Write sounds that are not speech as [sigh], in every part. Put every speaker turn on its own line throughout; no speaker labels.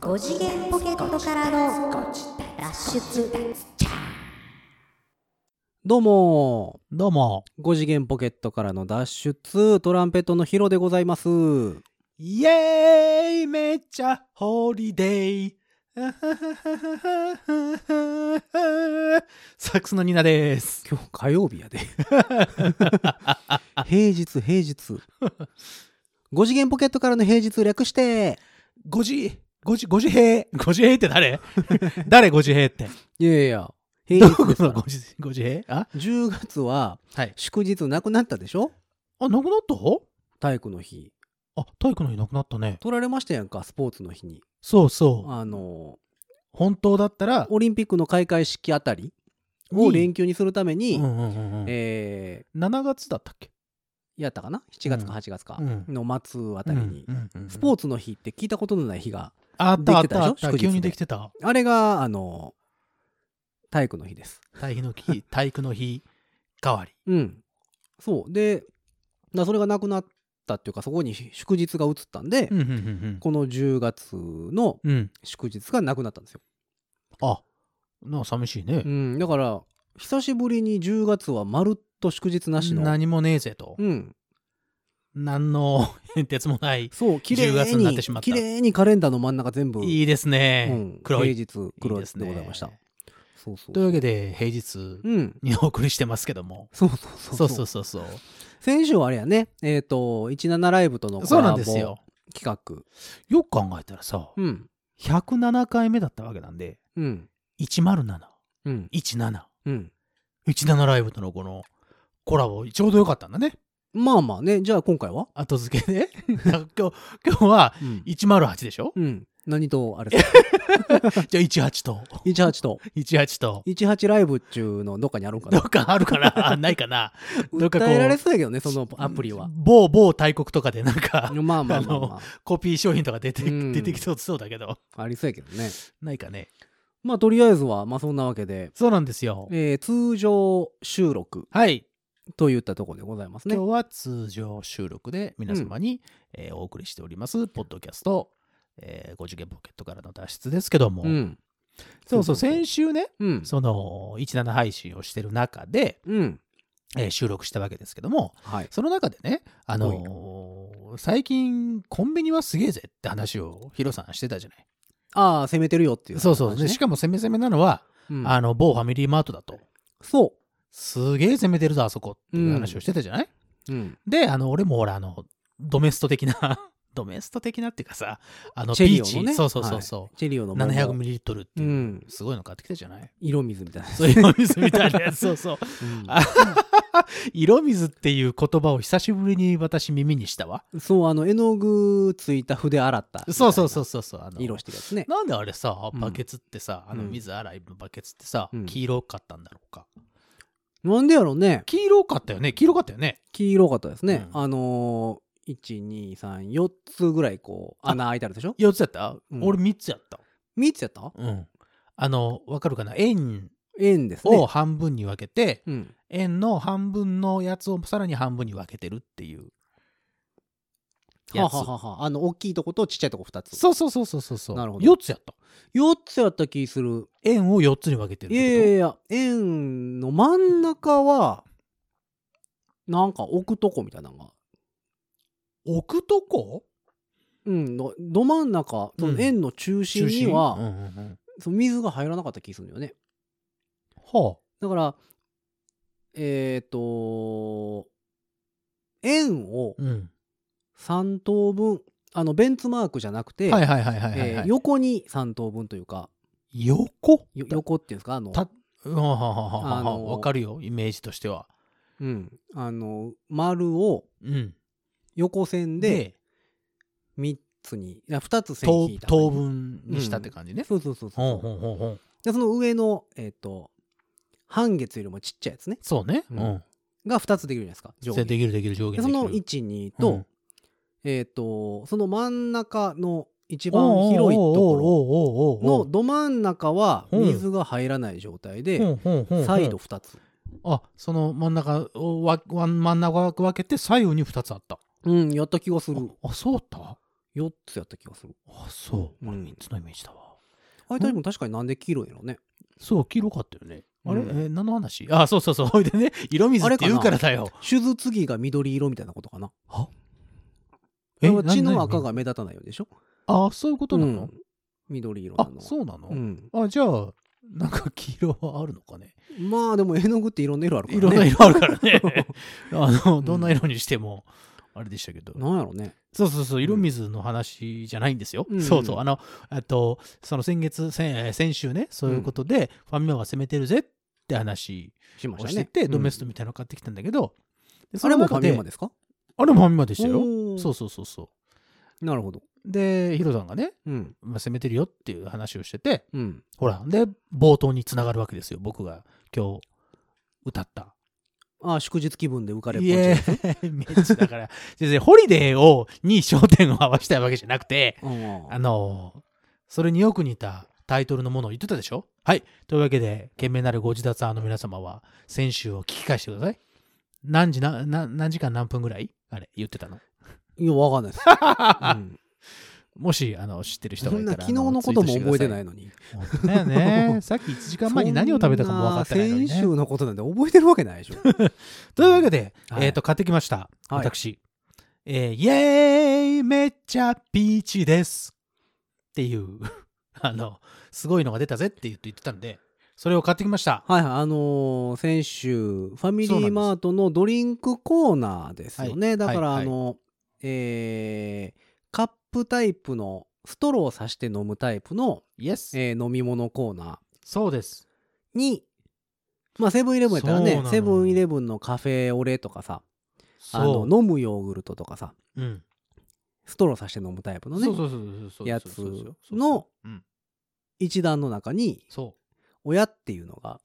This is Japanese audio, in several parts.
5次元ポケットからの脱出
どうも
どうも。
ー5次元ポケットからの脱出トランペットのヒロでございます
イエーイめっちゃホリデ [laughs] ーサックスのニナです。
今日火曜日やで平日平
[laughs]
日5次元ポケットからの平日略して
ごじ、ごじ、ごじ兵。
[laughs]
ごじ兵って誰 [laughs] 誰ごじ兵って。
いやいや平
ど
日
こ
ですか
の
ら
ごじ、ごじ兵あ
10月は
はい。
祝日なくなったでしょ
あ、なくなった
体育の日
あ、体育の日なくなったね。
取られましたやんかスポーツの日に
そうそう。
あの
本当だったら、
オリンピックの開会式あたりを
に
連休にするために、
うんうんうんうん、
え
7月だったっけ
ーやったかな7月か8月か
うん
の末あたりに、スポ
ー
ー
ツ
ツの日って聞いたことのない日が、
あったあっ
できてたで
た
しょ
あっ
祝日で
た急にできてた。
あれが、あの、体育の日です。
体育の日、体育の日代わり。
うん。そう。で、だそれがなくなったっていうか、そこに祝日が移ったんで、
うんうんうん
この10月の
うん。うん。
祝日がなくなったんですよ。
あ、なあ寂しいね
う。ん。だから、久しぶりに10月はまるっと祝日なしの。
何もねえぜと
う。ん。
何の [laughs] 変哲もない。
そう、綺麗
10月になってし
に、
まった
綺麗にカレンダーの真ん中全部、
いいです
う
ね
ん。、
黒い。
平日黒
いい
で
ですね
ございました。そうそう。
というわけで、平日
うん。
にお送りしてますけども。
そうそうそう
そうそうそうそう。
先週はあれやね、えっ、と、17ライブとのコ
そうな
ラボ
んです
企
よ。
画。
よく考えたらさ、
うん、
107回目だったわけなんで、
うん、
107、
うん、
17、
うん。
17ライブとのこのコラボ、ちょうどよかったんだね。
まあまあね、じゃあ今回は、
後付
[laughs]
けで。なんか今日、今日は
うん、
108でしょ
うん、何とあれさ、
じゃあ18と、
18と、
18と、
18ライブっちゅうのどっかにあるんか
どっ
な。
かあるかな [laughs] ないかなどっかこう
訴えられそうやけどね、そのアプリは。
某某大国とかでなんか
まあまあまあま
コピー商品とか出て
うん
出てきそうそうだけど
あ、ありそうやけどね。
ないかね
まあとりあえずは、まあそんなわけで、
そうなんですよ
えー通常収録
はい
といったところでございますね
今。日は通常収録で皆様に、えーお送りしておりますポッドキャスト「えー、5次元ポケットからの脱出」ですけども、
うん。
そうそう先週ね
うん。
その17配信をしてる中で、
うん。
えー収録したわけですけども
はい。
その中でねあのー最近コンビニはすげえぜって話をヒロさんしてたじゃない
ああ、攻めてるよっていう話ね、
そうそう、ね、しかも攻め攻めなのは、
うん
あの某ファミリーマートだと
そ
すげえ攻めてるぞあそこっていう話をしてたじゃない、
う。うん。
であの俺もほらあのドメスト的な [laughs] ドメスト的なっていうかさあの
チ
ピ
ェリ
ー
オ
チ、
のね。
そうそうそうそ
はいチェリオ
う、
の
7 0
リ
0トルって
う
いう、
ん。
すごいの買ってきたじゃない
色水みたいな。
そう色水みたいな
[laughs]
やつそうそう
うん
あ色水っていう言葉を久しぶりに私耳にしたわ
そう、あの、絵の具ついた筆洗ったみたいな。
そうそうそうそうそうあの
色してるやつね。
なんであれさ
うん
バケツってさ、あの
うん
水洗いのバケツってさ、
うん
黄色かったんだろうか
なんでやろうね。
黄色かったよね黄色かったよね
黄色かったですね。
うん
あのー、1、2、3、4つぐらいこう、穴開いてあるでしょ
4つやった、
うん
俺3つやった。
?3 つやった
うん。あの、わかるかな円
円です
を
ね。
半分に分けて、
うん。
円の半分のやつをさらに半分に分けてるっていう。
は
や
あ
つ
はあはあはあ。あの、大きいとことちっちゃいとこ2つ。
そうそうそうそうそうそう。
なるほど
4つやった。
4つやった気する。
円を4つに分けてる
い
っ
やい
て
や
こ
いや、円の真ん中は、なんか置くとこみたいなのが
と置くとこ
うん、どど真ん中、その
うん
円の中心
中
に
心
は、
うんうんうん
その水が入らなかった気がするんだよね。
は
だから、えっ、と、円を
あ。うん。
3等分、あの、ベンツマークじゃなくて、
はいはいはいはいはい
え
は
ー
い。
横に3等分というか、
横
よ横っていうんですか、あの、
たうんはあはあは
あ
あはあ
の
わかるよ、イメージとしては。
うん、あの、丸を
うん。
横線で3つに、いや2つ線
等
引いた感じ。
等分にしたって感じね。
そうそうそうそう。
ほうほうほうほう。
でその上の、えっ、と、半月よりもちっちゃいやつね、
そうね。
う
うんん。
が2つできるじゃないですか、上下
上できるできる上
で
限で
そ
きる。
の
一
12と、えっ、とその真ん中の一番広いとこ
こ
ろのど真ん中は
うん
水が入らない状態で
の
サイド2つ、
あその真ん中をわわ真ん中を分けて左右に2つあった。
うん、やった気がする
あそうだった
4つやった気がする
あそう俺
うん
3つのイメージだわ、
あれでも確かになんで黄色いのね
そう黄色かったよねあれ、
うん
えー何の話あそうそうそう [laughs] ほいでね色水って言うからだよ
手術着が緑色みたいなことかな
え
要は血の
赤
赤が目立たないようにでしょ
あそういうことなの、
うん緑色な
あ
のは
そうなの、
うん
あじゃあなんか黄色はあるのかね
まあでも絵の具っていろん [laughs] な色あるから
い
ね
ろんな色あるからね [laughs] あの
ん
どんな色にしてもあれでしたけど、
[laughs] なんやろね
そうそうそう色水の話じゃないんですよ、
うん
そうそうあのえっとその先月先えー先週ねそういうことで、ファミマが攻めてるぜって話
しまし
を
た
し
ね
てて、ドメス
う
ト
ん
みたいなの買ってきたんだけど、で
あれもフ
その
ァ
中
ミマですか
あれもファミマでしたよ
おー
そうそうそうそ
なるほど
うでヒロさんがね、
うん
まあ、攻めてるよっていう話をしてて
うん
ほらで冒頭につながるわけですよ僕が今日歌った
あ祝日気分で浮かれっぽ
い
い
え、 [laughs] めっちゃだから、先生、ホリデーを、に焦点を合わせたいわけじゃなくて、
うん
あのそれによく似たタイトルのものを言ってたでしょはい。というわけで、懸命なるご自立派の皆様は、先週を聞き返してください。何時な、な何時間何分ぐらいあれ、言ってたの。
いやわかん
[laughs]
ないです、うん
もし、あの、知ってる人
そ
がい
ん
た
な
ら、。
昨日のことも覚えてないいのに
本当だよね。さっき1時間前に何を食べたかも分かってない
そ
のに、
ん
ね
先。週のことなんて覚えてるわけない
[laughs]
でしょ
というわけで、
はい
えっ、と、買ってきました。
はい
私。えーイエーイめっちゃピーチですっていう、 [laughs] あの、すごいのが出たぜって言って言ってたんで、それを買ってきました。
はいはいあのー先週ファミリ
そうなんで
ー
す
マートのドリンクコーナーですよね、
はい
だから、
はいはい
あのえーカップタイプのストローをさして飲むタイプの、
イエス
えー飲み物コーナー
そうです。
にまあセブンイレブンやったら
そう
ね
なの
セブンイレブンのカフェオレとかさあ
そう。
の飲むヨーグルトとかさ
うん。
ストローさして飲むタイプの
そう
ね
そうそうそうそう。
やつ
そうそうそう
の、
うん。
一段の中に
そ
親っていうのが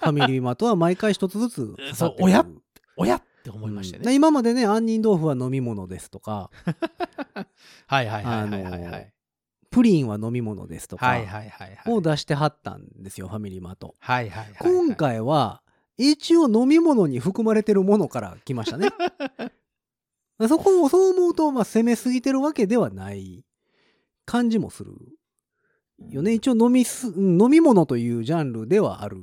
ファミリーマートは毎回一つずつ刺さってくる
[laughs] そう親う。おやって思いました
う
よ
んで
ね。
今までね杏仁豆腐は飲み物ですとか
はいはいはいはいはいは
あの
い。
プリンは飲み物ですと
はい
か
はいはいはい。
を出してはったんですよ、ファミリーマート。
はいはいはい。
今。回は一応飲み物に含まれてるものから来ました
[laughs]
ね。そこをそう思うと、まあ、攻めすぎてるわけではない感じもするよね。一応飲みす飲み物というジャンルではある。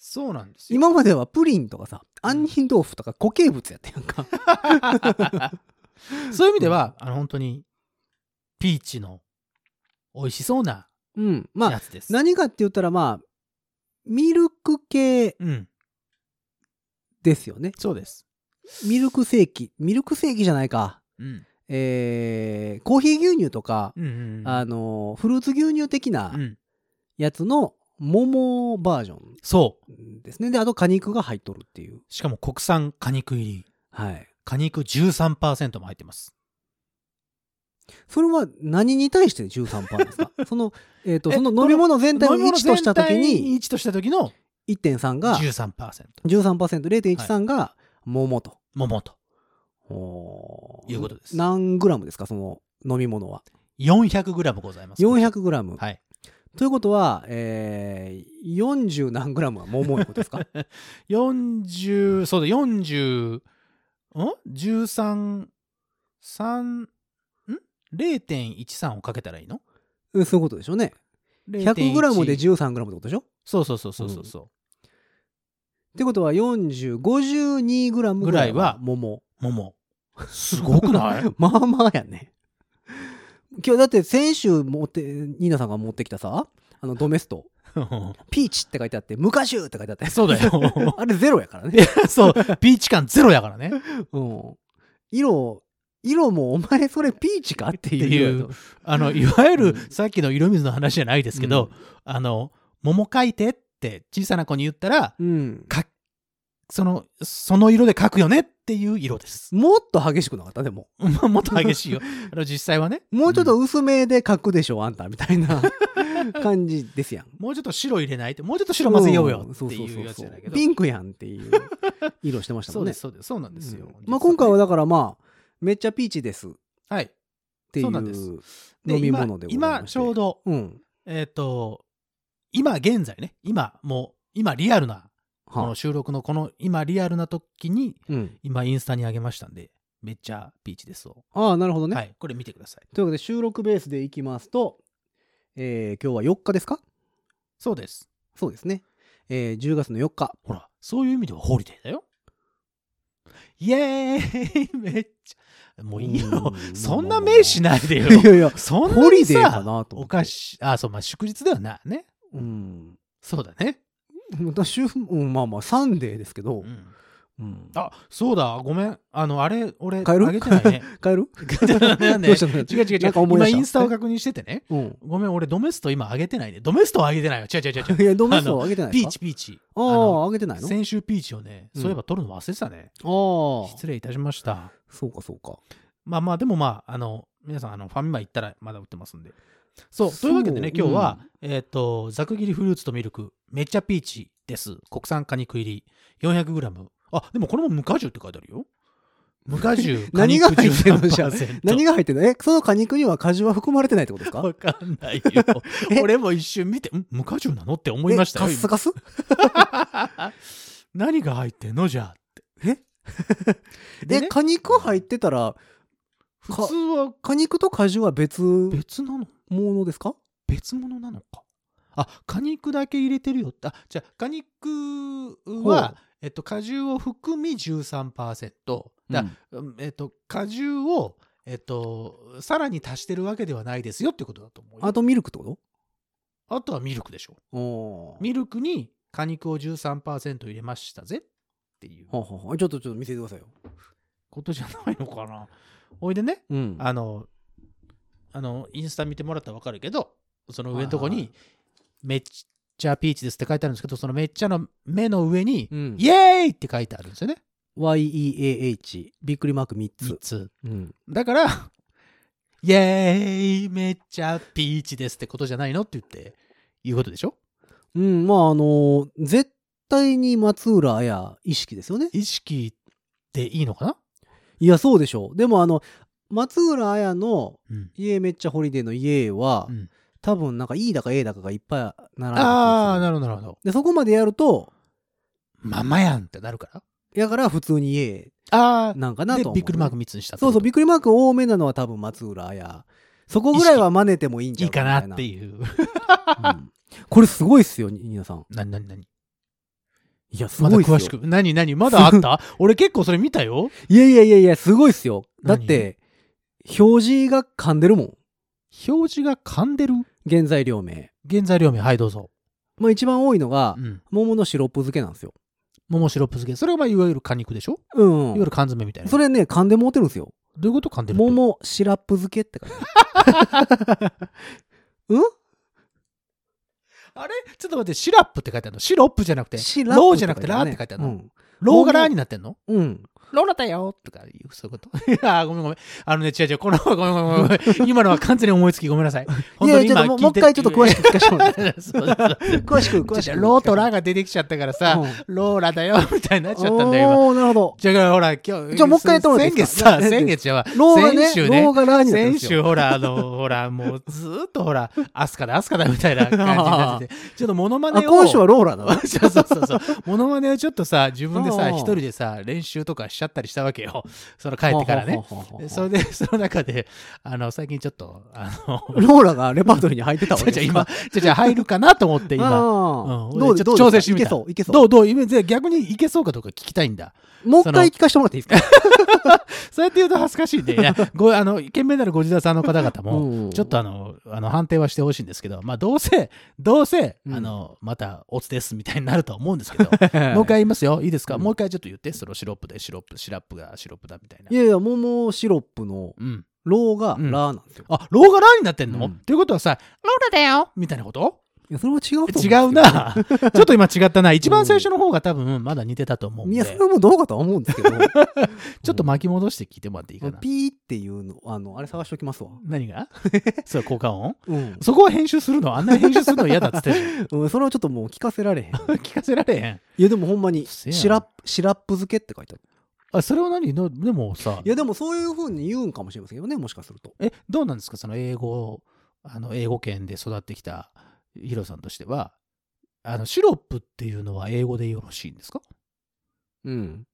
そうなんですよ。
今まではプリンとかさ杏仁豆腐とか固形物やったやんか。
[laughs] そういう意味では、あの、本当に、ピーチの美味しそうな
うん、ま
や
あ
つです。
何かって言ったらまあミルク系
うん、
ですよね。
そうです。
ミルクセーキミルクセーキじゃないか。
うん。
えーコーヒー牛乳とか、
うんうんうん
あのフルーツ牛乳的な
うん
やつの桃バージョ
そう。
ンですね。であと果肉が入っとるっていう。
しかも国産果肉入り。
はい。
果肉13%も入ってます。
それは何に対して13%です
[laughs]
かその、えっ、と、
え
その飲み物全体を
飲み物
1とした時
全体
に、
1とした時の
1.3が
13%。
13%、0.13が桃と。
桃と。
おー
いうことです
何グラムですかその飲み物は。
400g ございます。
400グラム。
はい。
ということは、えー、40何グラムは桃いうこと
[laughs]
ですか
40、そうだ、40、ん ?13、3、ん ?0.13 をかけたらいいの
うんそういうことでしょうね。100グラムで。13グラムってことでしょっ
そうそうそうそうそうそう。
てことは40、52グラムぐらい
ぐらいは
は桃。
桃。すごくない
[laughs] まあまあやね。今日だって先週持って、ニーナさんが持ってきたさ、あのドメスト、ピーチって書いてあって、無果汁って書いてあって。
そうだ
[laughs]
よ
あれゼロやからね。
[laughs] そう、ピーチ感ゼロやからね。
うん。色、色もお前それピーチかっていう色やと。
あの、いわゆ
う
る
ん
さっきの色水の話じゃないですけど、
うん
あの、桃書いてって小さな子に言ったら、
うん。
かその、その色で書くよねっていう色です。 [laughs]
もっと激しくなかったでも。
まあ、もっと激し
[laughs]
いよ。あの、実際はね。
もうちょっと
ん
薄めで書くでしょ、あんた、みたい
[laughs]
な感じですやん。
もうちょっと白入れないって、もうちょっと白混ぜようよ
ん
っ
そ
て
そそ
いううやつじゃないけど。
ピンクやんっていう色してましたも
そうんで
ね
す、。そうです、そうなんですよ。
うんまあ今回は
実
だからまあ、めっちゃピーチですっ
はね、はい。
てい
そう
う
なんです
飲
で
み物でござい
今
ま
今
して
ちょうど、
うん。
えっ、と、今現在ね、今もう、今リアルな、こ
は
の収録のこの今リアルな時に、
うん。
今インスタに上げましたんで、めっちゃピーチですを、
ああ、なるほどね。
はい、これ見てください。
というわけで、収録ベースでいきますと、えー今日は4日ですか
そうです。
そうですね。えー10月の4日。
ほら、そういう意味ではホリデーだよ。イエーイ [laughs] めっちゃ。もういいよ。
う
そんな名し
な
ないでよ
[laughs] い。やいや、
そんなにさ
ホリデーかなと思って
おかしい。あ、そう、まあ祝日ではないね。
うん。
そうだね。
また週、うん、まあまあ、サンデーですけど
う、ん、
うん、
あ、そうだ。ごめん。あの、あれ、俺、
帰る
あげてない [laughs] ね。
帰る
なん
[laughs]
で
どうしたの
違う違う違う。
なんか思い出
今、
した
インスタを確認しててね。
うん。
ごめん、俺、ドメスト今上げてないね。ドメストは上げてないよ。違う
[laughs]
違う違う違う。
いや、ドメストはあげてないで
ピ
す
ー
か
チ、ピーチ。
あ
あの
あ、あげてないのあ
先週ピーチをね、
うん
そういえば取るの忘れてたね。
あ、
失礼いたしました。
そうかそうか。
まあまあ、でもまあ、あの、皆さん、あの、ファミマ行ったらまだ売ってますんで。そう、
そ
と
う
いうわけでね、今日は、えっ、と、ざく切りフルーツとミルク、めっちゃピーチです。国産果肉入り、400g。あ、でもこれも無果汁って書いてあるよ。無果汁、果
[laughs] 何が
肉
入ってんのじゃあ
13%。
何が入ってんのえ、その果肉には果汁は含まれてないってことですか
わかんないよ
[laughs] え。
俺も一瞬見て、ん無果汁なのって思いましたよ。
えカッサ
今
カス
何が入ってんのじゃあって。えで
え、
ね、
果肉入ってたら、
普通は
果肉と果汁は別も
別なの
のですか
別物なのか。あ、果肉だけ入れてるよって。あ、じゃあ果肉
ほう
は、えっと、果汁を含み13%。
う
だ
ん
うんえっと、果汁を、えっと、さらに足してるわけではないですよってことだと思うよ。
あとミルクってこ
あとはミルクでしょ。
とおー
ミルクに果肉を13%入れましたぜっていう
はあはあはあちょっとちょっと見せてくださいよ。
ことじゃないのかな。おいでね、
うん
あの、あの、インスタ見てもらったらわかるけど、その上のとこ
はいは
に、めっちゃピーチですって書いてあるんですけど、そのめっちゃの目の上に、
うん
イエーイって書いてあるんですよね、
YEAH びっくりマーク3つ
3つ。
うん、
だから、イエーイめっちゃピーチですってことじゃないのって言って、いうことでしょ
うん、まああのー絶対に松浦綾意識ですよね
意識でいいのかない
やそうでしょうでもあの松浦綾の
うん。
「家めっちゃホリデー」の「家は、
うん
多分なんか「いいだか「ええだか」がいっぱい並んで
ああ、な
る
るほど、なるほど。
でそこまでやると
ママやんってなるから。
やから普通に「家
あ
なんか
あ、
な
で
と、思う
ビックリマーク3つにしたって
そ
こ
う
と
そうびっくりマーク多めなのは多分松浦綾そこぐらいは真似てもいいんじ
い
ゃ
い
ない
かなって
い
いう。
う、うんこれすごいっすよニーナさん
何、何、何
いやす
まだ
ごいっすよ
詳しく。何、何まだあった [laughs] 俺結構それ見たよ。
いやいやいやいや、すごいっすよ。だっ
何
て、表示が噛んでるもん。
表示が噛んでる
原材料名。
原材料名、はい、どうぞ。
まあ一番多いのが
う、ん。
桃のシロップ漬けなんですよ。
桃シロップ漬け。それがまあいわゆる果肉でしょ、
うん、
いわゆる缶詰みたいな。
それね、噛んでもうてるんですよ。
どういうこと噛んでるって
桃シラップ漬けって感じ。
[laughs]
うん
あれちょっと待って、シラップって書いてあるのシロップじゃなくて、
シラップ
ローじゃなくてラーって書いてあるの、
うん
ローがラーになってんの
うん。
ローラだよとかいう、そういうこと。 [laughs] いやーごめんごめん。あのね、違う違う。この、ごめんごめんごめ [laughs] ん。今のは完全に思いつき、ごめんなさい。
い
本
や
当
い
に
や、ちょ
今
っともうもう
聞いて
一回ちょっと詳しく聞かせてもらって。
[laughs] そうそうそう
詳しく、詳し
じゃ
く。
あローとラ
が
が出てきちゃったからさ、ローラだよみたいになっちゃったんだよ、今。
おー、なるほど。
じゃあほら、今日。
じゃあもう一回撮るん
先
で
月
すか
さ、先月じゃあ、
ローがね、
先週
ロー
ね。
がラーになってるん
先
です
週
よ。
ほら、あの、ほら、もうずーっとほら、アスカだ、アスカだみたいな感じになってて、ちょっとモノマ
あ、
ネを。
今週はローラーだな。
そうそうそうそう。モノマネをちょっとさ、自分で
あ
さ、
ー
一人でさ、練習とかしちゃったりしたわけよ。その帰ってからね。 [laughs] でそれで、その中で、あの、最近ちょっと、あの、
ローラがレパートリーに入ってたわ
じ
け
ゃじゃあ [laughs] 今、じゃじゃあ入るかなと思って今。
今
うん
どう
ち
でど
ょっと
う
調整して
い
み
け
た
そう、いけそ
どうどう今じゃあ逆にいけそうかどうか聞きたいんだ。
う。もう一回聞かせてもらっていいですか
[laughs] そうやって言うと恥ずかしいんで、いやご、あの、懸命なるご自宅さんの方々も、
うん
ちょっとあの、あの、判定はしてほしいんですけど、まあ、どうせ、どうせ、
うん
あの、また、オツですみたいになるとは思うんですけ
[laughs]
ど、も
も
う一。回言いますよ。いいですか、
うん
もう一回ちょっと言って、そのシロップで、シロップ、シラップがシロップだみたいな。
いやいや、桃シロップの
うん。
ローが
うん
ラーなんですよ。
あ、ローがラーになってんの、
うん
っていうことはさ、ローラだよみたいなこと
いや、それは違うと思うんです
違
けど [laughs]
う。な。ちょっと今違ったな。一番最初の方が多分、まだ似てたと思うん
い
で、
や、
ち
それはもうどうかとは思うんですけど。
[laughs] ょっと巻き戻して聞いてもらっていいかな。
ピーっていうの、あの、あれ探しておきますわ。
何が [laughs] そう、効果音
うん。
そこは編集するのあんなに編集するの嫌だっつってたじゃん
うんそれはちょっともう聞かせられへん。
聞かせられへん。
いや、でもほんまに、
[laughs] せやな
シラップ、シラップ漬けって書いてある。
あ、それは何のでもさ
い、や、でもそういう風に言うんかもしれませんけどね、もしかすると。
え、どうなんですかその英語、あの、英語圏で育ってきたヒロさんとしては、あの、シロップっていうのは英語でよろしいんですか
うん。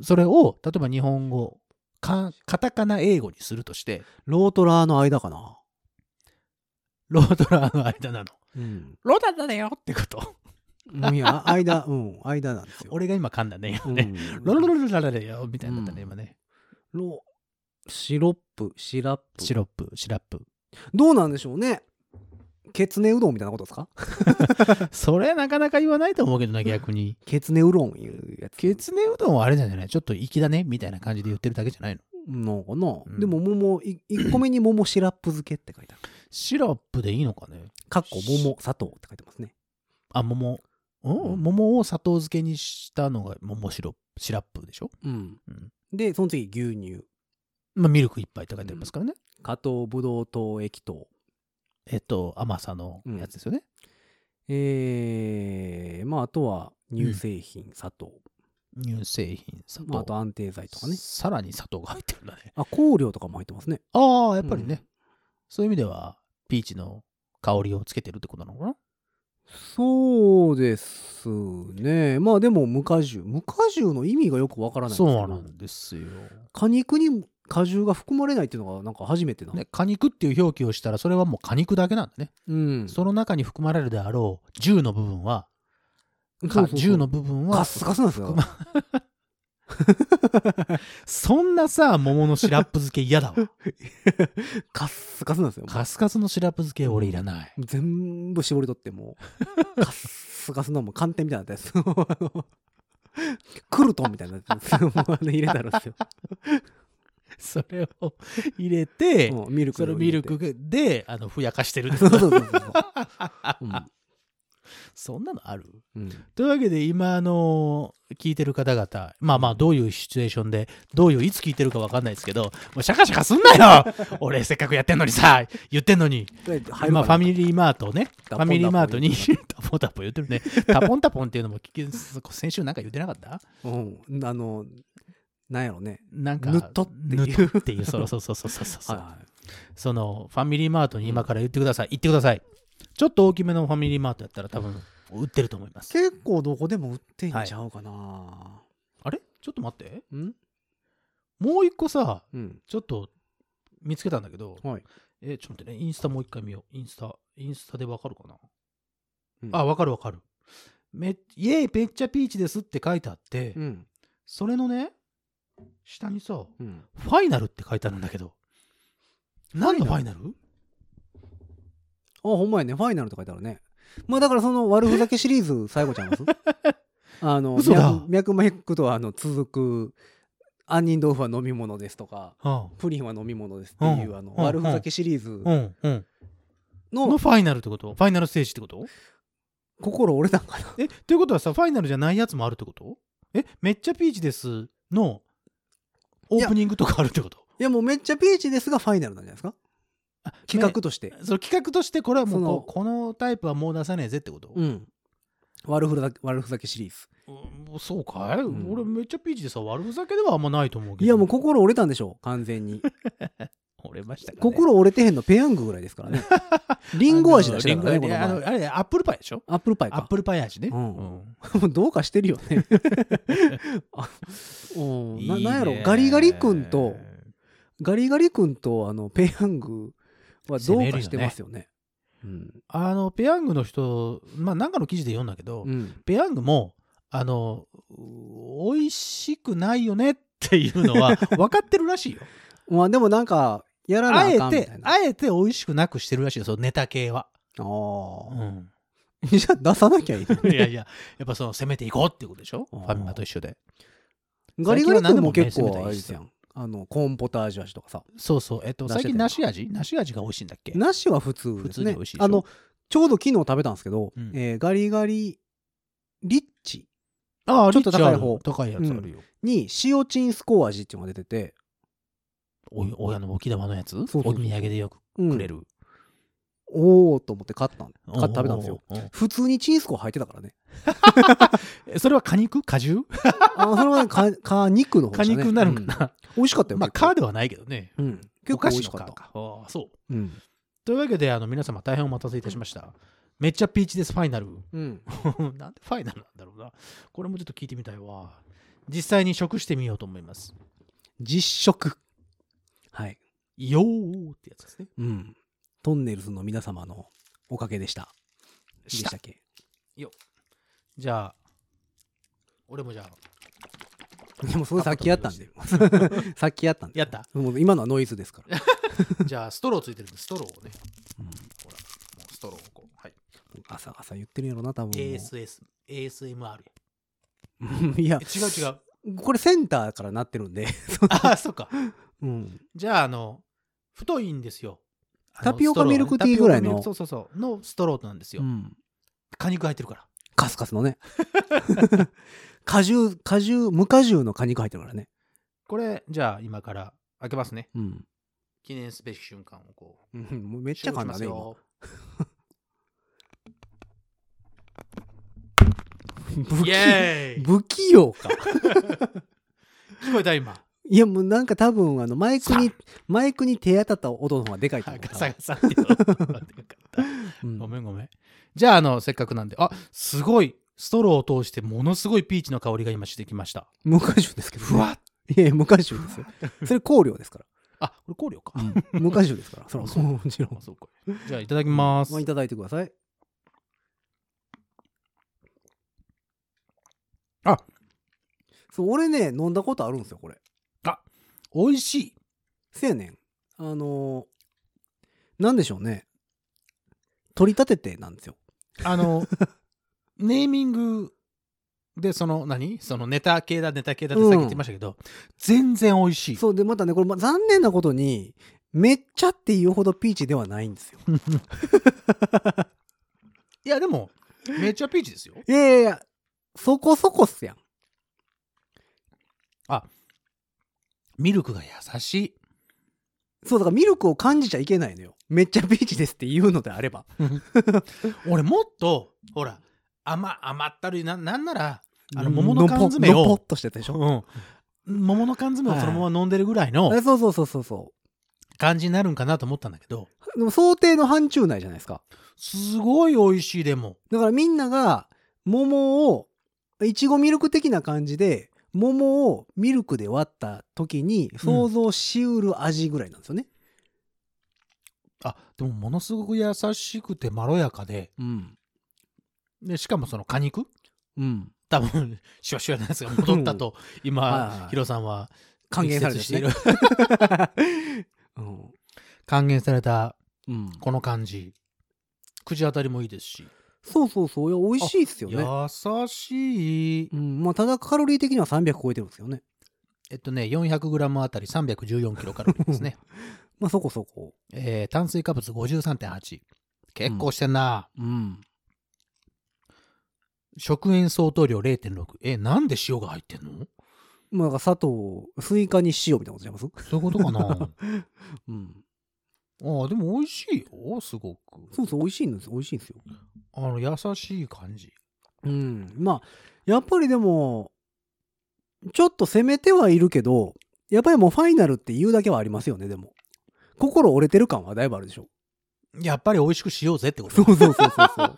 それを、例えば日本語かカタカナ英語にするとして、
ロートラーの間かな。
ロードラーの間なの。
うん。
ローダーだねよってこと。
いや、間、うん、間なんですよ。
[laughs] 俺が今噛んだね、
う
今
ん
ね。ロロロロロロロよみたいになったね、
うん
今ね。
ロシロップ、シラップ。
シロップ、シラップ。
どうなんでしょうね。ケツネうどんみたいなことですか
それなかなか言わないと思うけどな、逆に。
ケツネうどんいうやつ。
きつねうどんはあれなんじゃないちょっと粋だねみたいな感じで言ってるだけじゃない
の
の
かな、
うん
でも桃、い1個目に桃シラップ漬けって書いてある。
シロップでいいのかね
かっこ桃砂糖って書いてますね。
あ、桃。
うんん
桃を砂糖漬けにしたのが桃シロップ、シラップでしょ
うん。
うん
で、その次、牛乳。
まあ、ミルクいっぱいって書いてありますからね。
加糖、ぶどう糖、液糖。
えっと、甘さのやつですよね。
えー、まあ、あとは乳製品、砂糖。
乳製品、砂
まあ、あと
糖。
安定剤とかね。
さらに砂糖が入ってるんだね。
あ、香料とかも入ってますね。
ああ、やっぱりね、そういう意味では、ピーチの香りをつけてるってことなのかな
そうですね。まあでも無果汁。無果汁の意味がよくわからないんですけ
そ
ど
うなんですよ。
果肉に果汁が含まれないっていうのがなんか初めてな。
ね、果肉っていう表記をしたら、それはもう果肉だけなんだね。
うん。
その中に含まれるであろう10の部分は、
そう
か
そうそう
10の部分
カッ
は、
スカスなんですよ。
そんなさ、桃のシラップ漬け嫌
[laughs]
だわ。
カッスカスなんですよ。
カスカスのシラップ漬け俺いらない。 [laughs]
全部絞り取ってもう、カッスカスのもう寒天みたいなやつ。あのクルトンみたいなやつ。
[laughs]
もうあれ入れたらですよ。
それを入れて、
もうミルク
それ
を
を
入
ミ
れ
ル
て。
クで、あの、ふやかしてる。
[laughs] そうそうそうそう。うん
そんなのある
うん
というわけで、今、あの、聞いてる方々、まあまあ、どういうシチュエーションで、どういう、いつ聞いてるかわかんないですけど、もうシャカシャカすんなよ
[laughs]
俺、せっかくやってんのにさ、言ってんのに。
入るかな
まあ、ファミリーマートね。フ
タ
ァ
ポンタポン
ミリーマートに、タポンタポン言ってるね。 [laughs] タポンタポンっていうのも聞き、先週なんか言ってなかった
うん、あの、なんやろね。
なんか、
ぬっとっていう
ぬっとって [laughs] いう、そうそうそうそうそうそう、
は
その、ファミリーマートに今から言ってください。言ってください。ちょっと大きめのファミリーマートやったら多分、売ってると思いま
い
す。
結構どこでも売ってんちゃうかな、
あれちょっと待って。
うん
もう一個さ、
うん。
ちょっと、見つけたんだけど、
はい。
えーちょっと待ってね、インスタもう一回見よう。インスタ、インスタでわかるかな、
うん
あ、わかるわかる。めイエーイめっちゃピーチですって書いてあって、
うん。
それのね、下にさ、
うん。
ファイナルって書いてあるんだけど、何のファイナル
あ、ほんまやね。ファイナルとか書いてあるね。まあだからその悪ふざけシリーズ最後ちゃいます
[laughs]
あの、
嘘だ
脈脈マヘックとはあの続く、杏仁豆腐は飲み物ですとか、
うん
プリンは飲み物ですっていう、
うん
あの、
うん
悪ふざけシリーズ
うん、うん。の
の
ファイナルってことファイナルステージってこと
心折れたんかな。
え、ということはさ、ファイナルじゃないやつもあるってことえ、めっちゃピーチですのオープニングとかあるってこと
いやもうめっちゃピーチですがファイナルなんじゃないですか
あ
企
ね
画として。
その企画としてこれはもう
その
ここのタイプはもう出さねえぜってこと、
うん。悪ふざけ、悪ふざけシリーズ。
うんそうかい、
ん
俺めっちゃピーチでさ悪ふざけではあんまないと思うけど
いやもう心折れたんでしょう、完全に。
[laughs] 折れましたか、ね、
心折れてへんのペヤングぐらいですから
[laughs]
ね。リンゴ味出してたからね、こ
リンゴ
の
味
前。
あのあれアップルパイでしょ
アップルパイ
アッ
か。
プルパイ味ね、
うん [laughs]
うん
もうどうかしてるよ
[laughs]
ね。あうん
いい
な
ね
なんやろ、ガリガリ君と、ガリガリ君とあのペヤングはどうかしてますよね。
あのペヤングの人まあなんかの記事で読んだけど、
うんうん
ペヤングもあのう美味しくないよねっていうの
[laughs]
は分かってるらしいよ
まあでもなんか、や [laughs] らな
あ
あ
え
かんみ
て
たいな。
あえて美味しくなくしてるらしいよそのネタ系は、
ああ。
うん、
[laughs] じゃあ出さなきゃいいの
い
に。
やいややっぱその攻めていこうっていうことでしょフ
あー
ァミマと一緒で
ガリガリ君も
[laughs] 最
結
近は何でもね
構あれですやん。あの、コーンポタージュ味とかさ。
そうそうえっと
出して
最
た
近梨味梨味が美味しいんだっけ
なしは普通です
普通
ね。
に美味しいでしょ
あの、ちょうど昨日食べたんですけど、
うん
えーガリガリリッチ
ああ
ちょっと高い
リッチある
方
高いやつあるよ、
に塩チンスコー味っていうのが出てて、
お親の置き玉のやつ
そうそうそう
お土産でよく
うん
くれる、
おーと思って買ったん
お
買って食べたんですよ。
おお
普通にチンスコー入ってたからね。
えそれは果肉果汁
あそれはねか果肉の方で
果
したね
肉になるん
うん
かな、
美味しかったよ。
まあ
結構
果ではないけどね
うん。結構美味しか
お菓
っ
子の
た
果。かああそう
うん。
というわけであの皆様大変お待たせいたしましためっちゃピーチですファイナル [laughs]
うん。
なんでファイナルなんだろうなこれもちょっと聞いてみたいわ実際に食してみようと思います
実食。はい。
よーってやつですね。
うん。トンネルズの皆様のおかげでした。でしたっけ
じゃあ、俺もじゃあ、
でもそれさっきやったんで。さっきやったんで。 [laughs]
やった。 [laughs]
もう今のはノイズですから。
じゃあ、ストローついてるんで、ストローをね。
うん
ほら、もうストローをこう。はい。
朝朝言ってるんやろな、多分。
ASS、ASMR や。
うん [laughs] いや
え、違う [laughs] 違う。
これセンターからなってるん
[laughs]
で。
ああ、そっか。
うん。
じゃあ、あの、太いんですよ。あの
タピオカ
スロね
ミルクティーぐらいの
タピオカミルクそうそうそう。のストローなんですよ。
うん
果肉入ってるから。
カスカスのね。果汁、果汁、無果汁の果肉入ってるからね。
これ、じゃあ、今から開けますね。
うん。
記念すべき瞬間をこう。
うんもうめっちゃ噛んだね、
収
今
録し
不
ますよイ
器 [laughs]
エーイ
不器用か。
聞こえた今。
いや、もうなんか多分、あの、マイクに、マイクに手当たった音の方がでかいと
はい
思
ガサ
う。
ガサって言われてなかった。
うん
ごめんごめん。じゃあ、あの、せっかくなんで、あ、すごい、ストローを通して、ものすごいピーチの香りが今してきました。
無果汁ですけど、ね。
ふわっ
いやいや、無果汁です
[laughs]
よ。それ香料ですから。
あ、これ香料か。
無果汁ですから。それは
そう
もちろん
あ。そうか。じゃあ、いただきます
まあ、。いただいてください。
あ
そう、俺ね、飲んだことあるんですよ、これ。
美味しい。
せやねん。あのーなんでしょうね。取り立ててなんですよ。
あの、ネーミングで、その、何そのネタ系だ、ネタ系だってさっき言ってましたけど、全然美味しい。
そう、で、またね、これ、ま残念なことに、めっちゃっていうほどピーチではないんですよ。
いや、でも、めっちゃピーチですよ。
いやいやいや、そこそこっすやん。
ミルクが優しい。
そう、だからミルクを感じちゃいけないのよ。めっちゃピーチですって言うのであれば。
俺、もっと、ほら、甘、甘ったるい、な、なんなら、あの
うん
桃の缶詰を
のぽのぽっとしてたでしょ。
うん、桃の缶詰をそのまま飲んでるぐらいの
あそうそうそうそうそ
感じになるんかなと思ったんだけど、
う。でも想定の範疇内じゃないですか。
すごい美味しい、でも。
だからみんなが桃をいちごミルク的な感じで桃をミルクで割った時に想像しうる味ぐらいなんですよね。
あ、でも、ものすごく優しくてまろやかで、
うん。
で、しかもその果肉
うん。
多分シュワシュワなやつが戻ったと
はいはいは
今
い
ヒロさんは
還元されたし、ね
力。
[laughs]
[laughs]
うん。
還元された
うん。
この感じ口当たりもいいですし
そうそうそう。いや、美味しいっすよね。
優しい
うん。まあ、ただカロリー的には300超えてるんですよね。
えっとね 400g あたり314キロカロリー
[laughs]
ですね、
まあ、そこそこ。
えー炭水化物53.8結構してんな、
うん。
食塩相当量0.6えなんで塩が入ってんの
まあ、だから砂糖、スイカに塩みたいなことちゃいます
そういうことかな
[laughs]
あ
うん。
ーでも美味しいよすごく
そうそう、美味しいんですよ。美味しいんですよ。
あの優しい感じ
うん。まあ、やっぱりでも、ちょっと攻めてはいるけど、やっぱりもうファイナルって言うだけはありますよね、でも。心折れてる感はだいぶあるでしょ。
やっぱり美味しくしようぜってこ
[laughs]
と
そうそうそうそうそう。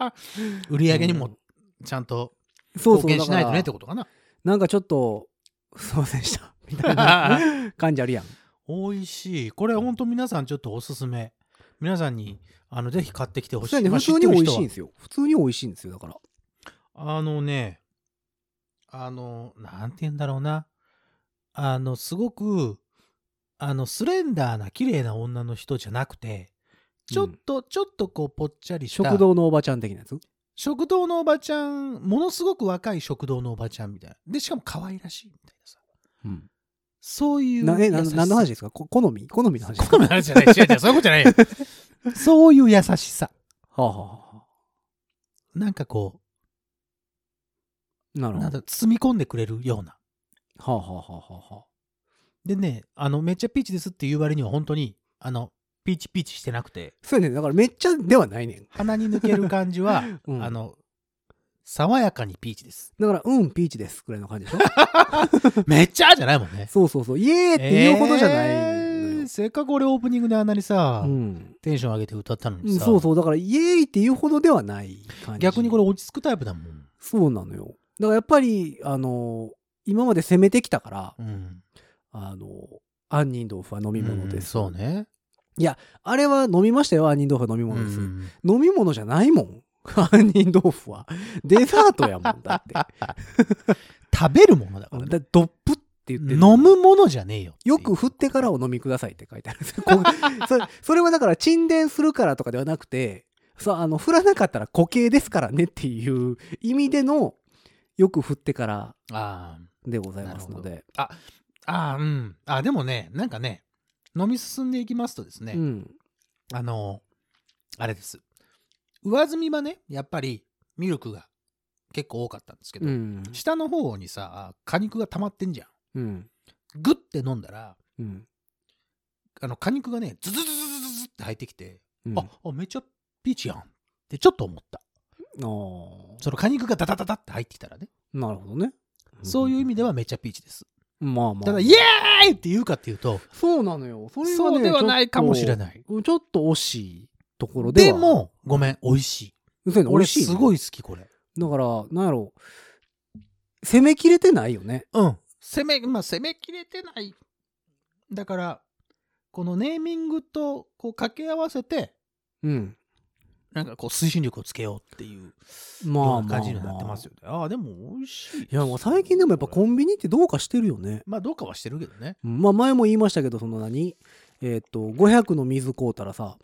売り上げにもちゃんと
そうそう
貢献しないとねっ
だ
て
か
ことかな。
らなんかちょっと、すいませんで
[laughs]
した。みたいな感じあるやん。
美味しい。これ本当皆さんちょっとおすすめ。皆さんにあのぜひ買ってきてほし
そう
い。
やね、
まあ
普通に美味しいん
知ってる
ですよ。普通に美味しいんですよ、だから。
人はあのね、あの、なんて言うんだろうな。あの、すごく、あの、スレンダーな綺麗な女の人じゃなくて、ちょっと、ちょっとこう、ぽっちゃりした。
食堂のおばちゃん的なやつ。
食堂のおばちゃん、ものすごく若い食堂のおばちゃんみたいな。で、しかも可愛らしいみたいなさ。
うん。
そういう。
なえ、な
優しさ
何の話ですかこ好み好みの
[laughs]
話です
好
か
みの話じゃない。違う違う、そういうことじゃないよ。 [laughs] そういう優しさ。
はあはあは
なんかこ
あな
う、
るほ
なん
ど。
だ包み込んでくれるような。
はあはあはあはあはあ。
でね、あの、めっちゃピーチですって言う割には本当に、あの、ピーチピーチしてなくて、
そうやね、だからめっちゃではないねん。
鼻に抜ける感じ [laughs] は、
うん
あの、爽やかにピーチです。
だから、うん、ピーチです、くらいの感じでしょ [laughs]
めっちゃじゃないもんね。
そうそうそう、イエーイって言うほどじゃないのよ。
えーせっかく俺オープニングであんなにさ、
うん、
テンション上げて歌ったの
う
に
ん
さ、
そうそう、だから、イエーイって言うほどではない感じ。
逆にこれ、落ち着くタイプだもん。
そうなのよ。だからやっぱり、あの、今まで攻めてきたから、
うん。
あの、杏仁豆腐は飲み物です。
そうね。
あれは飲みましたよ、杏仁豆腐は飲み物です。飲み物じゃないもん。 [laughs] 杏仁豆腐は。デザートやもんだって。だ
[laughs] 食べるものだからね、
ってドップって言ってる
飲むものじゃねえよっていう。
よく振ってからお飲みくださいって書いてあるんですよこ
[laughs]
うそれそれはだから沈殿するからとかではなくてそうあの振らなかったら固形ですからねっていう意味でのよく振ってから
あー
でございますの
な
で、
あー、うん。あ、でもね、なんかね、飲み進んでいきますとですね、
うん、
あの、あれです。上積みはね、やっぱりミルクが結構多かったんですけど、
うん
下の方にさ、果肉が溜まってんじゃん。
うん
グッて飲んだら、
うん
あの果肉がね、ズズズズズズズって入ってきて、
うん
ああ、めっちゃピーチやんってちょっと思った。
あー
その果肉がダダダダって入ってきたらね、
なるほどね
そういう意味ではめっちゃピーチです。
うんまあまあ
ただ、イエーイって言うかっていうと、
そうなのよそれは、ね、
そうではないかもしれ
い
ない。
ちょっと惜しいところで
で
は
も、ごめん、美味し
そ
い。
うやね美
俺
味しい
す
ね
ごい好き、これ。
だからなんやろう攻めきれてないよね
うん。攻め、まあ、攻めきれてない。だから、このネーミングとこう掛け合わせて、
うん
なんかこう推進力をつけようっていう
ま
よ
あ
うな
まあ、
感じ
ま
になってますよね。ああ、でも美味しい。
いやもう最近でもやっぱコンビニってどうかしてるよね。
まあ、どうかはしてるけどね。
まあ前も言いましたけどその何えーっと500の水買うたらさ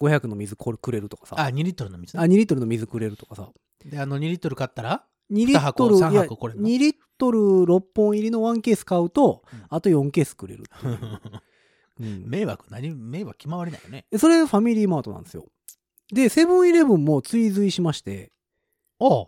500の水これくれるとかさ
あ、2リットルの水
あ
ね。
2リットルの水くれるとかさ
で、あの2リットル買ったら、
2リ
2
ットル
箱、3
いや
箱これの。
2リットル6本入りの1ケース買うと
うん
あと4ケースくれるっていう、
[laughs]
うん
迷惑、何、迷惑決まわれないよね。
でそれファミリーマートなんですよ。でセブンイレブンも追随しまして
おう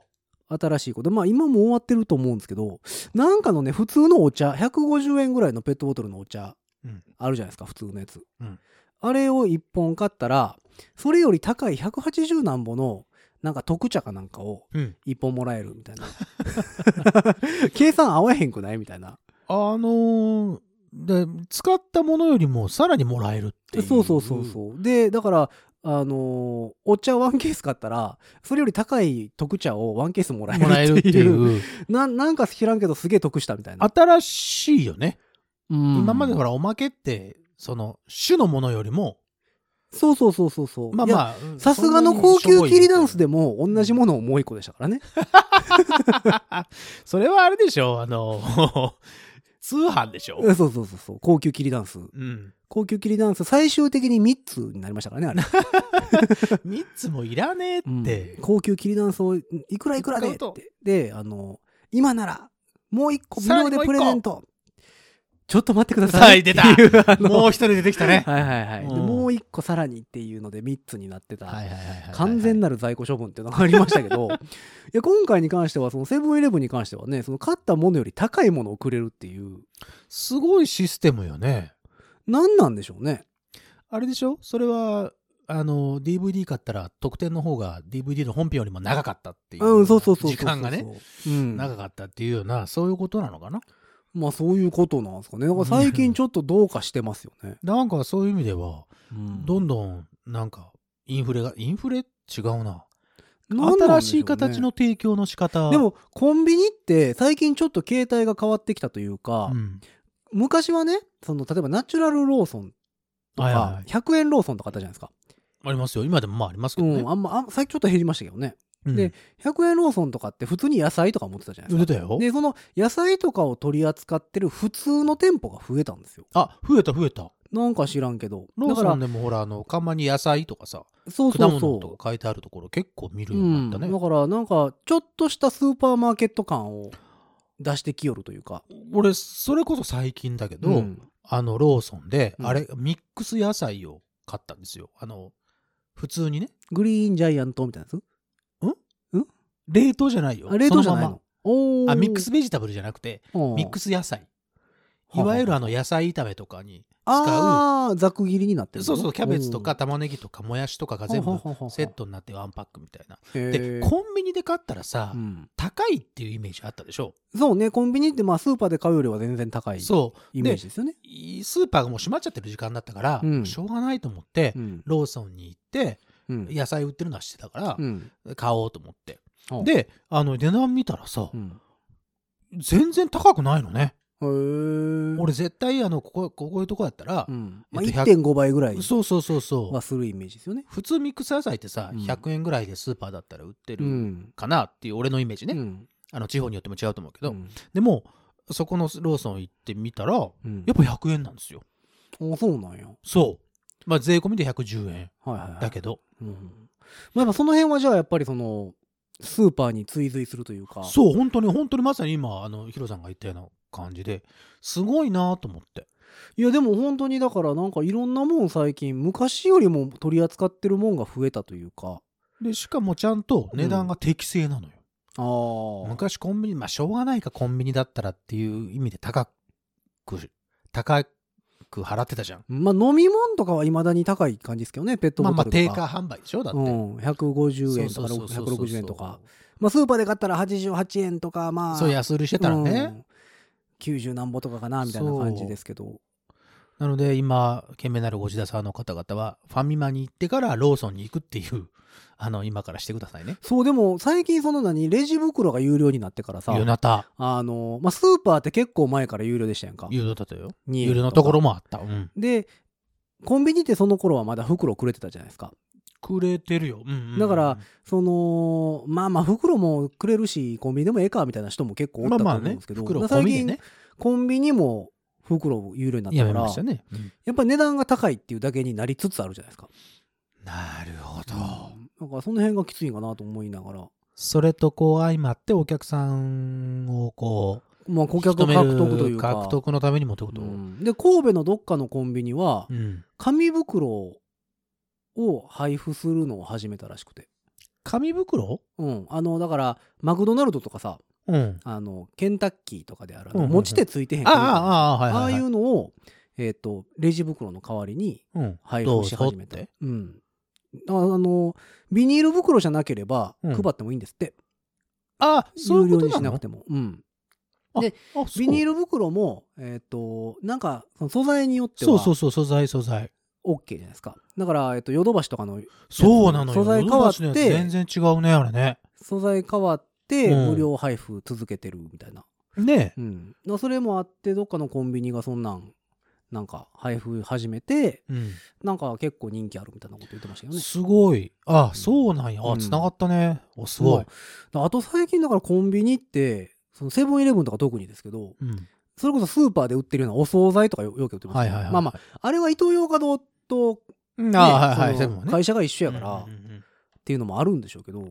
新しいことまあ今も終わってると思うんですけどなんかのね普通のお茶150円ぐらいのペットボトルのお茶
うん
あるじゃないですか普通のやつ、
うん
あれを1本買ったらそれより高い180何ぼのなんか特茶かなんかを
うん。
1本もらえるみたい
[laughs]
な計算合わへんくないみたいな
あのーで、使ったものよりもさらにもらえるっていう。
そうそうそうそうでだからあのーお茶ワンケース買ったらそれより高い特茶をワンケースもら
もらえ
え
る
る
っ
ってていう
いう。
[laughs] ななんか知らんけどすげえ得したみたいな
新しいよね。今
今
までほら、おまけって、その、種のものよりも、
そうそうそうそうそう
まあ
いや
まあ、
さすがの高級キリダンスでも同じものをもう一個でしたからね
それはあれでしょあの、 [laughs] 通販でしょ
うんそうそうそうそう。高級キリダンス。
うん。
高級キリダンス、最終的に3つになりましたからね、あれ。
3つもいらねえ
うん
って。
高級キリダンスをいくらいくらでっ
いくら買うと
て。で、あの、今なら、もう1個無
さらに
料
もう一
で
個
プレゼント。ちょっと待ってくだ
は
さ
い
い。
出た
っていうあの
もう一人出てきたね。
はいはいはい。で
うん
もう1個さらにっていうので3つになってた。
いはいはい
完全
な。
なる在庫処分っていうのがありましたけ
[laughs]
ど、いや今回に関しては、そのセブンイレブンに関してはね、その買ったものより高いものをくれるっていう、
すごいシステムよね。
何なんでしょうね。
あれでしょそれは、あの、DVD 買ったら、特典の方が DVD の本編よりも長かったっていう。
うん、そうそうそうそうそう。
時間がね、
うん、
長かったっていうような、そういうことなのかな
まあそういうことなんですかね。だから最近ちょっとどうかしてますよね。
なんかそういう意味では、ど
ど
んどんなんかインフレがインフレ違うな
なんなんでょうね
新しい形の提供の仕方
で、もコンビニって最近ちょっと形態が変わってきたという
う
か、
ん、
昔はね、その例えばナチュラルローソンと
はいはいは
か
い、
100円ローソンとかあったじゃないですか。
ありますよ今でもまあありますけ
う
ど
ん、
ね、
あんま、あ最近ちょっと減りましたけどね。
うん
で100円ローソンとかって普通に野菜とか持ってたじゃないです
出
か。
たよ
で、その野菜とかを取り扱ってる普通の店舗が増えたんですよ。
あ増えた増えた
なんか知らんけど。
ロー
だ
ソ
か
ンでもほらあの看板に野菜とかさ
ら、そう
果
そう
物
そう。
とか書いてあるところ結構見る
う
ように
ん、
なっ
だ
た
か
ね、
らなんかちょっとしたスーパーマーケット感を出してきよるというか
俺それこそ最近だけど、
うん
あのローソンで、
うん
あれミックス野菜を買ったんですよあの普通にね
グリーンジャイアントみたいなやつ
冷凍じゃないよ
あ冷凍じゃない
そ
の
ま
おー
まあミックスベジタブルじゃなくてミックス野菜
はあ
いわゆるあの野菜炒めとかに使
ああざく切りになって
う
る
そうそうキャベツとか玉ねぎとかもやしとかが全部セッ
ッ
トになってワンパックみたいなで
で
コンビニで買ったらさ
うん、
高いっていうイメージあったでしょ
そうねコンビニってまあスーパーで買うよりは全然高い
そ
イメージですよね、
うスーパーがもう閉まっちゃってる時間だったから
うん
しょうがないと思って
うん
ローソンに行って
うん
野菜売ってるのは知ってたか
うん
ら買おうと思って
はあ
であの値段見たらさ
うん
全然高くないのね
へえ。
俺絶対あのこここういうとこだったら
う、ん。まあ、
えっと
1.5倍ぐらい
そうそうそうそう、
はするイメージですよね。
普通ミックス野菜ってさ、
うん
100円ぐらいでスーパーだったら売って
う
る
ん。
かなっていう俺のイメージね、
うん。
あの地方によっても違うと思うけど、
うん
でもそこのローソン行ってみたらやっ
うん。
ぱ100円なんですよ
あそうなんや。
そうまあ税込みで110円
はいはいはい。
だけど、
うん。まあ、やっぱその辺はじゃあやっぱりその、スーパーに追随するというか。
そう本当に本当にまさに今あのヒロさんが言ったような感じですごいなと思って
いやでも本当にだからなんかいろんなもん最近昔よりも取り扱ってるもんが増えたというか
でしかもちゃんと値段が適正なのよ、
ああ
昔コンビニまあしょうがないかコンビニだったらっていう意味で高く高く払ってたじゃん
まあ飲み物とかはいまだに高い感じですけどねペットボ
まあ
トル
ま
と
あ
か
定価販売でしょだって、
うん、150円とか
そうそうそうそう
160円とかまあスーパーで買ったら88円とかまあ
そう安売りしてたらね、
うん90何ぼとかかなみたいな感じですけど
なので今懸命なるご自宅の方々はファミマに行ってからローソンに行くっていう [laughs] あの今からしてくださいね
そうでも最近その何レジ袋が有料になってからさ
夜なた
あの、まあ、スーパーって結構前から有料でしたやんか
夜なただよ
2円
夜のところもあったうん
でコンビニってその頃はまだ袋くれてたじゃないですか
くれてるよ、うんうんうん
だからそのまあまあ袋もくれるしコンビニでもええかみたいな人も結構おっ
ま
た
あ
と
ま
思う
あ
んで
ね
すけど、
袋込
最
みで
近
ね
コンビニも袋有料になった
や
か
め
ら
ましたね、うん
やっぱり値段が高いっていうだけになりつつあるじゃないですか
なるほど、
だからその辺がきついかなと思いながら
それとこう相まってお客さんをこう
まあ顧客獲得というか
獲得のためにもってこと、
うんで神戸のどっかのコンビニは
うん
紙袋を配布するのを始めたらしくて
紙袋
うんあのだからマクドナルドとかさ
うん
あのケンタッキーとかであるあ
う
の
んうんうん
持ち手ついてへん
あ
紙
あ
袋
ああはいは
あ
い、は
あ
い、
いうのを、えっ、と、レジ袋の代わりに
うん
配
ど
布
う
し
ぞっ
始めた。
て
うん。ああの、ビニール袋じゃなければ
うん
配ってもいいんですって。
あそういうこ
有料
と
に
な
しな
の
くても。うん。
あそう
ビニール袋も、えっ、と、なんか、その素材によって
そう
は
そうそう素材素材
OK じゃないですか。だから、えっ、と、ヨドバシとかの
そうなのよ
素材変わって
ヨドバシのやつ全然違うねあれね
素材変わって、
うん
無料配布続けてるみたいな。
ねえ
うん。だからそれもあって、どっかのコンビニがそんなん、なんか配布始めて、
うん、
なんか結構人気あるみたいなこと言ってましたよね。
すごいあ
ん
そうなんや
うん
つながったねおすごい、
まああと最近だからコンビニってそのセブンイレブンとか特にですけど
うん、
それこそスーパーで売ってるようなお惣菜とかよよく売ってます
はい
よ
はいはい
まあまああれはイトーヨーカドーと、
うん
ね
ああはいはい
そ
セ
の
ブンはね
会社が一緒やからっ
うんうんうん
ていうのもあるんでしょうけど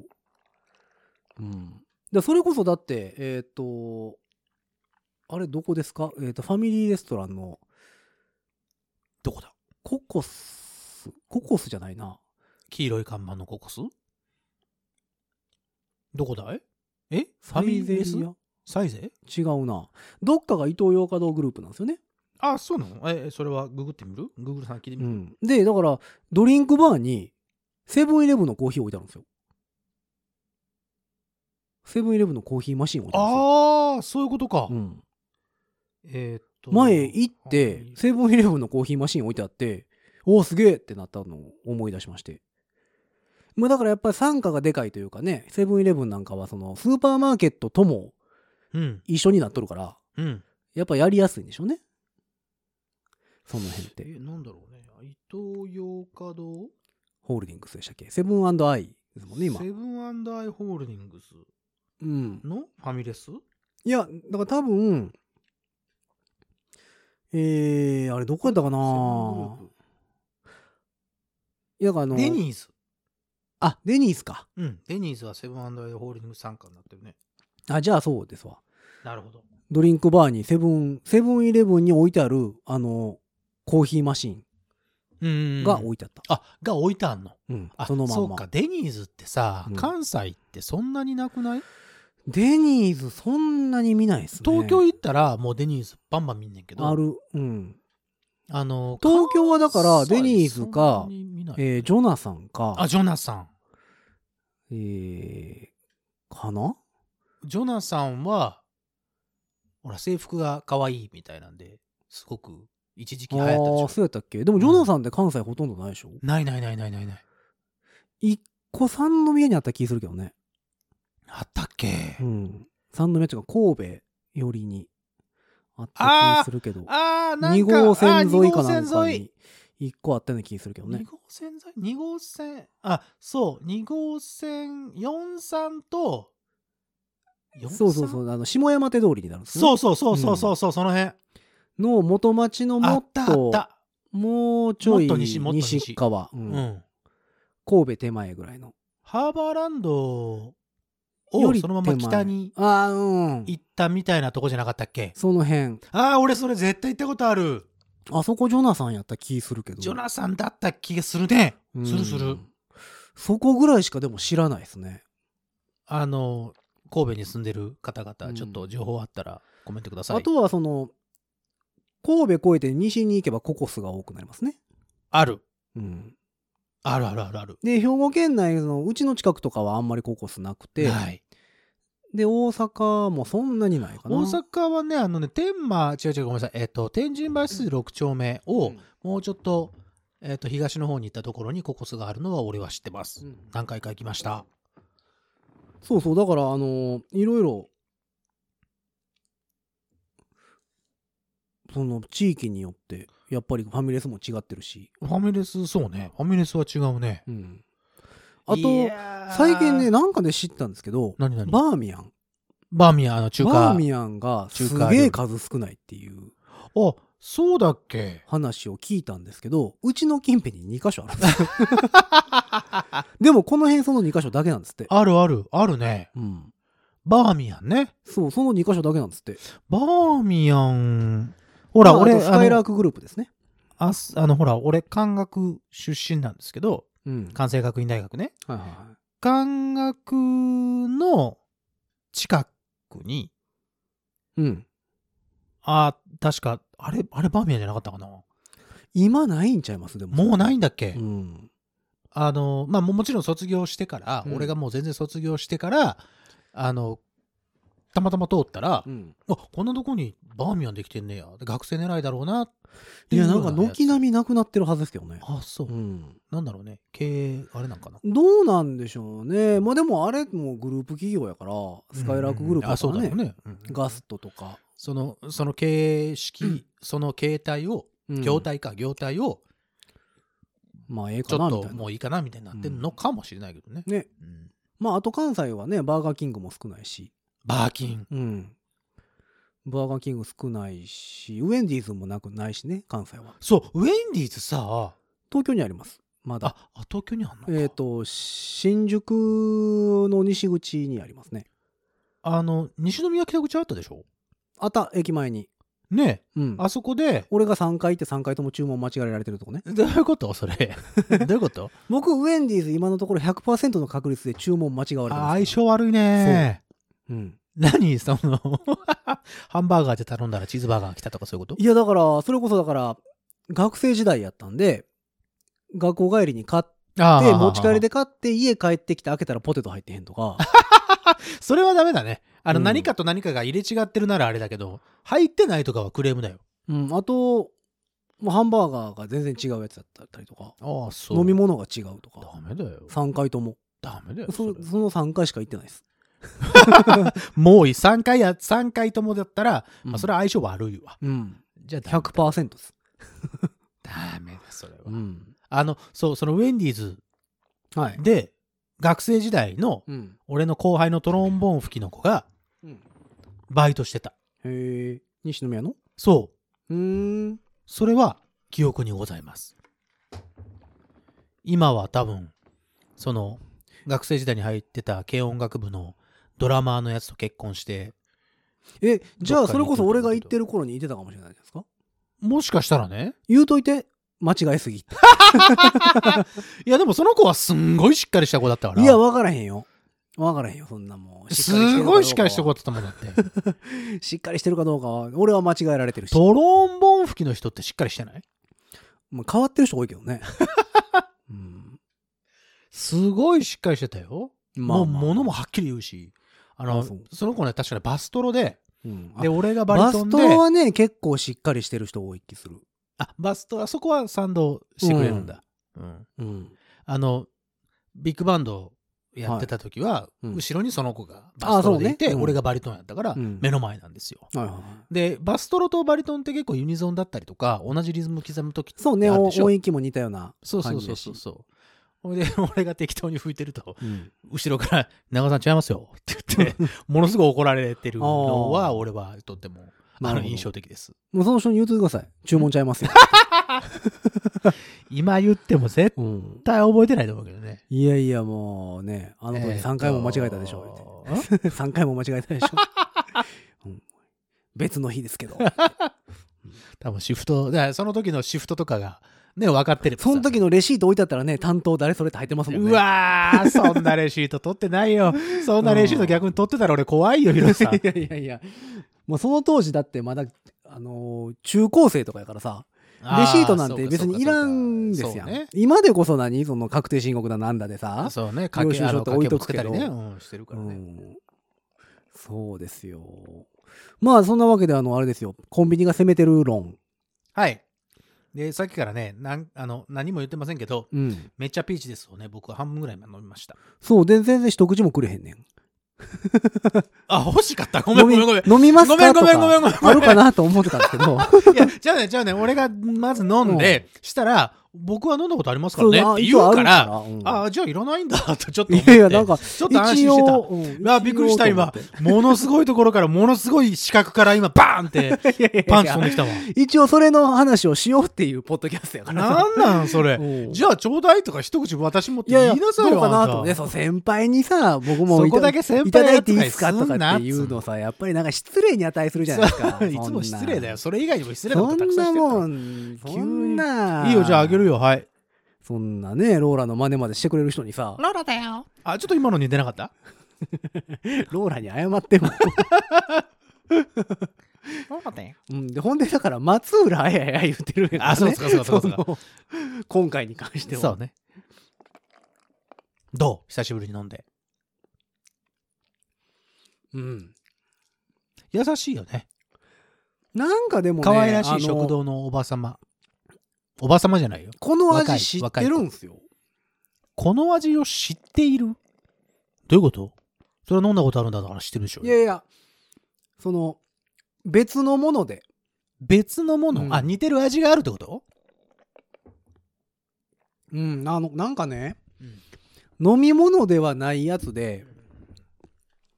うんでそれこそだってえっ、とあれどこですかえっ、とファミリーレストランの
どこだ
ココスココスじゃないな
黄色い看板のココスどこだいえフ
サ
ァ
イ
ミ
ゼ
レ
リ
ス
ア
サイゼ
違うなどっかがイトーヨーカドーグループなんですよね
あそうなのえそれはググってみるグーグルさん聞いてみ
う
る、
ん、でだからドリンクバーにセブンイレブンのコーヒー置いてあるんですよセブンイレブンのコーヒーマシン置いてあるんですよ
ああそういうことか、
うん、
えーっと
前行って
はい
セブンイレブンのコーヒーマシン置いてあっておおすげえってなったのを思い出しましてまあだからやっぱり傘下がでかいというかねセブンイレブンなんかはそのスーパーマーケットとも
うん
一緒になっとるから
うん
やっぱやりやすいんでしょうねその辺っ
え
て
なんだろうね伊東洋華堂
ホールディングスでしたっけセブンアイですもんね今
セブンアイ・ホールディングス
うん
のファミレス
いや、だから多分、えー、あれどこやったかなだからあの、
デニーズ
あ、デニーズか。
うんデニーズはセブンアイ・ホールディングス傘下になってるね
あ、じゃあそうですわ。
なるほど
ドリンクバーにセブン、セブンイレブンに置いてある、あの、コーヒーマシ
うん
ンが置いてあった。
あが置いてあんの
うん、
あ
そのま
そ
ん
うか
ま。
デニーズってさ、
うん
関西ってそんなになくない
デニーズそんなに見ないっすね。
東京行ったらもうデニーズバンバン見んねんけど
ある、うん。
あの
東京はだから
関西
デニーズか
そんなに見ない
えー、ジョナサンか、
あジョナサン
えー、かな
ジョナサンは、ほら、制服が可愛いみたいなんで、すごく一時期
あ
流行った
ー
でし
そう
ょ。
やったっけでもジョナサンって関西ほとんどないでしょ、
ないないないないないない。
一個三宮にあった気するけどね。
あったっけ
うん。三宮っていうか神戸寄りにあった気するけど。
あー、なん
2
か、
号線沿いか
あー
な
二
ん
号
か
線沿い
に1個あったような気するけど
2
ね。
号線沿い二号線あそう2号線43と43
そうそうそう、あの下山手通りになるんですね。
そうそうそうそうそうそうその辺
の元町の
あ
もっ
ったあっ
と、
た
もうちょい
もっと西もっと西
西川、う
うんん
神戸手前ぐらいの。
ハーバーランド
よ
を
り
そのまま
手前
北に
ああ、うん。
行ったみたいなとこじゃなかったっけ
その辺。
ああ俺それ絶対行ったことある
あそこジョナサンやった気するけど。
ジョナサンだった気がするね
うん
するする。
そこぐらいしかでも知らないですね。
あの神戸に住んでる方々ちょっ
う
と
ん
情報あったらコメントください
あとはその、神戸越えて西に行けばココスが多くなりますね。
ある
うん。
あるあるあるある
で、兵庫県内のうちの近くとかはあんまりココスなくて、
はい
で、大阪もそんなにないかな。
大阪はね、あのね、天満、違う違う、ごめんなさい、えっ、と、天神橋筋6丁目を、
うん
もうちょっと、えっ、と、東の方に行ったところにココスがあるのは俺は知ってます。
うん
何回か行きました。
そうそう、だから、あのいろいろ、その地域によって、やっぱりファミレスも違ってるし、
ファミレス、そうね。ファミレスは違うね。
うん。あと、、最近ね、、なんかで知ったんですけど、
何何
バ
バ
ーミヤン。
バーミヤン、あの、中華。
バーミヤンがす
中華
げ
料
え
理
数少ないっていう
あ、そうだっけ
話を聞いたんですけど、うちの近辺に2カ所あるんです
[laughs]
よでもこの辺その2カ所だけなんですって。
あるある、あるね。
うん。
バーミヤンね。
そう、その2カ所だけなんですって。
バーミヤン。ほら、
まあ
俺、
あとスカイ
あ
ラー
の
クグループですね。
あすあの、ほら、俺、関学出身なんですけど、
うん。
関西学院大学ね。
はいはいはい。
関学の近くに、
うん。
あ、確か、あれ、あれバーミヤンじゃなかったかな
今ないんちゃいますでも。
もうないんだっけ、
うん。
あの、まあ、ももちろん卒業してから、
うん
俺がもう全然卒業してから、あの、たまたま通ったら、
うん。
あ、こんなとこにバーミヤンできてんねや。で学生狙いだろうなって
い
いう
や、な
よ
ん
う
か
やつ
軒並みなくなってるはずですけどね。
あ、そう、
うん。
なんだろうね。経営、あれなんかな。
どうなんでしょうね。まあでもあれもグループ企業やから、スカイラークグループ
うん
だ
あ、
か
そうだ
ら
ろう
ね。
ね。うん
ガストとか。
その、その経営式、その形態を、
うん
業態か、業態を、
まあええ
ち
かな
ょっ
み
と
たいな
も。ういいかなみたいになってんのかもしれないけどね。
ね。
うん
まああと関西はね、バーガーキングも少ないし。
バーキン。
うん。バーガーキング少ないし、ウェンディーズもなくないしね、関西は。
そう、ウェンディーズさ、
東京にあります。まだ。
あ、あ東京にあんのか。
えっ、と、新宿の西口にありますね。
あの、西宮北口あったでしょ
あった、駅前に。
ね
うん
え、。あそこ
[laughs]
で、
俺が3回行って3回とも注文間違えられてるとこね。
どういうことそれ。 [laughs] どうい
[laughs]
うこと
僕、ウェンディーズ今のところ100%の確率で注文間違われて
あ
ます。
相。性悪いね。
うん。
何 [laughs] その、ハンバーガーで頼んだらチーズバーガー来たとかそういうこと
いや、だから、それこそだから、学生時代やったんで、学校帰りに買って、
あー
持ち帰り。で買って、家帰ってきて開けたらポテト入ってへんと
[laughs]
か。
それはダメだね。あの、
うん
何かと何かが入れ違ってるならあれだけど、入ってないとかはクレームだよ。
うん、あと、もうハンバーガーが全然違うやつだったりとか、
ああ、そう。
飲み物が違うとか、
ダメだよ。
3回とも。
ダメだよ。
そ
それ
その3回しか行ってないです。
もういい。3回や、三回ともだったら、
う
ま
ん
あ、それは相性悪いわ。
うん。
じゃあ、
100%です。
ダメだ、それは。
うん。
あの、そう、そのウェンディーズ
はい。
で、学生時代の、
うん。
俺の後輩のトロンボーン吹きの子が、
うん
バイトしてた。
へえ。西宮の
そう。
うーん。
それは、記憶にございます。今は多分、その、学生時代に入ってた軽音楽部のドラマーのやつと結婚して、
え、じゃ
ど
あ
っか
そ
に
れ
行く
こそ俺が行ってる頃に行ってたかもしれないじゃないですか
もしかしたらね、
言うといて、間違えすぎって。
いやでもその子はすんごいしっかりした子だったから。
いや、分からへんよ。分からへんよ、そんなもん。しっかりて
す
るかどうか
ご
はい
しっかりした子だったもんだって。
しっかりしてるかどうかは、俺は間違えられてるし。
トロンボーン吹きの人ってしっかりしてない
まあ、変わってる人多いけど
[laughs]
ね。うん。
すごいしっかりしてたよ。
まあまあ
もう物もはっきり言うし。あの、
あそ
そうの子ね、確かにバストロで、
うんあ
で、俺がバ
バ
リト
ス
ン
ト
で、
はね、結構しっかりしてる人多い気する。
あ、バスト、あそこは賛同してくれるんだ。うん
うん。
あの、ビッグバンドやってた時は、
いうん
後ろにその子がバストロでいて、
あそうねうん
俺がバリトンやったから、
うん
目の前なんですよ。
はいはいはい
でバストロとバリトンって結構ユニゾンだったりとか同じリズム刻む時って
そうね、
ある
お
でしょ
音域も似たような
そうそ
感
う
じ
そう
だし
そう。そうほいで俺が適当に吹いてると
うん
後ろから「長尾さん違いますよ」って言ってものすごい怒られてるの
あ
は
ー
俺はとっても
な
あ
る
の
ほど
印象的です
もうその人に言うといてください。注文ちゃいますよ。
今言っても絶
うん
対覚えてないと思うけどね
いやいや、もうね、あの子に3回も間違えたでしょ。 [laughs]
えーっと [laughs] ん
3回も間違えた
[laughs]
でしょ。うん別の日ですけど。
多分シフトだからその時のシフトとかがね分かってればさ
その時のレシート置いてあったらね、担当誰それって入ってますもんね。
うわーそんなレシート取ってないよそんなレシート逆に取ってたら俺怖
[laughs]
いよヒロさ
[laughs]
ん
いやいやいや。もうその当時だってまだ、あのー中高生とかやからさ、レシートなんて別にいらんですや
そうかそうかそうかそう
ん。
ね
今でこそ何その確定申告だなんだでさ。
そうね、か
領
け
収
あ
書
の
って
か
置い
け
と
も
く
つ
け
け
ど
たりね、うん、してるから
う
ね。
んそうですよ。まあそんなわけであのあれですよコンビニが攻めてる論。
はい。で、さっきからね、なんあの何も言ってませんけど、
うん。
めっちゃピーチですよね、僕は半分ぐらい飲みました。
そうで全然一口もくれへんねん。
あ、欲しかった。ごめんごめんごめん。
飲み飲みます
ご
か
めんご
と
めんごめん
か
ごめん。
あるかなと思ってたん
[laughs]
ですけど。
いや、じゃあね、じゃあね、俺がまず飲んで、したら、僕は飲んだことありますか
そ
ら
う
ねって言うから、
あ一応あるから
あ
うん
あ、じゃあいらないんだ、とちょっと思っ
い
て。
やいやなんか
ちょっと安心してた。
た
あびっくりした今ものすごいところからものすごい視角から今バーンって [laughs] パンチ飛んできたわ
一応それの話をしようっていうポッドキャストやからさ。
なんなんそれ
うん
じゃあちょうだいとか一口私もって
いやいや、
言いなさい
ど
よ
うかな
あ
と思
ん
って
た
ね、そう先輩にさ、僕も
そ
い
こ
た
だけ先輩
いただいていい
の
で
やつ
すかとかっていうのさ、やっぱりなんか失礼に値するじゃないですか。
[laughs] いつも失礼だよ。
そ
それ以外にも失
ん
礼なことた
な。
く
そんな
さんしてる
もん、
急に
そんな。
いいよ、じゃああげる
よ。
よ。はい。
そんなね、ローラの真似までしてくれる人にさ、
ロロだよ。
あ、ちょっと今の似てなかった
ローラに謝っても。
ロロだよ。
うん、で、ほんで、だから、松浦あやや言ってるんやからね
あそうそうそうそうそう
の今回に関しては。
そうね。どう久しぶりに飲んで。
うん。
優しいよね。
なんかでもね、
可愛らし
あの
い食堂のおばさま。おばさまじゃないよ。
この
若
味
い
知ってるんすよ。
この味を知っているどういうことそれは飲んだことあるんだから知ってるでしょ
い。やいや、その、別のもので、
別のもの、
うん
あ、似てる味があるってこと
うん、あの、なんかね、
うん
飲み物ではないやつで、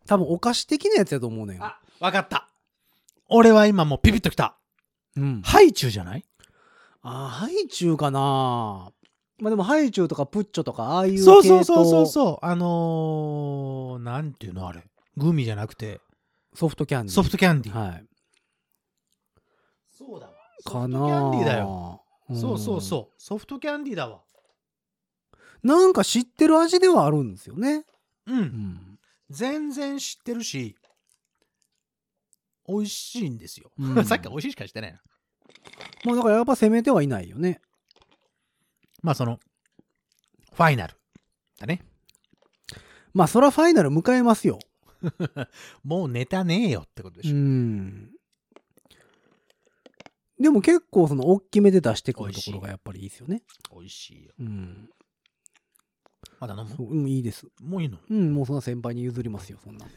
多分お菓子的なやつやと思うねん。
あ、わかった。俺は今もうピピッときた。
うん、
ハイチュウじゃない
あ、ハイチュウかなまあでも、ハイチュウとかプッチョとか、ああいう系
そ
統
うそうそうそうそう。あのー、なんていうのあれ。グミじゃなくて、
ソフトキャンディー。
ソフトキャンディー。
はい。
そうだわ。
かな
ソフトキャンディーだよ。
よ。
そうそうそう。ソフトキャンディーだわ。
うん。なんか知ってる味ではあるんですよね。
う。
うんん。
全然知ってるし、美味しいんですよ。
うん
[laughs] さっきから美味しいしかしてないな。
まあだからやっぱ攻めてはいないよね。
まあその、ファイナル。だね。
まあそらファイナル迎えますよ。
もうネタねえよってことで
う
しょ。
ん。でも結構その大きめで出してくるところがやっぱりいいですよね。
美味しいよ。
うん。
まだ飲む
そううん、いいです。
もういいの
うん、もうそんな先輩に譲りますよ、そ
[laughs]
んな。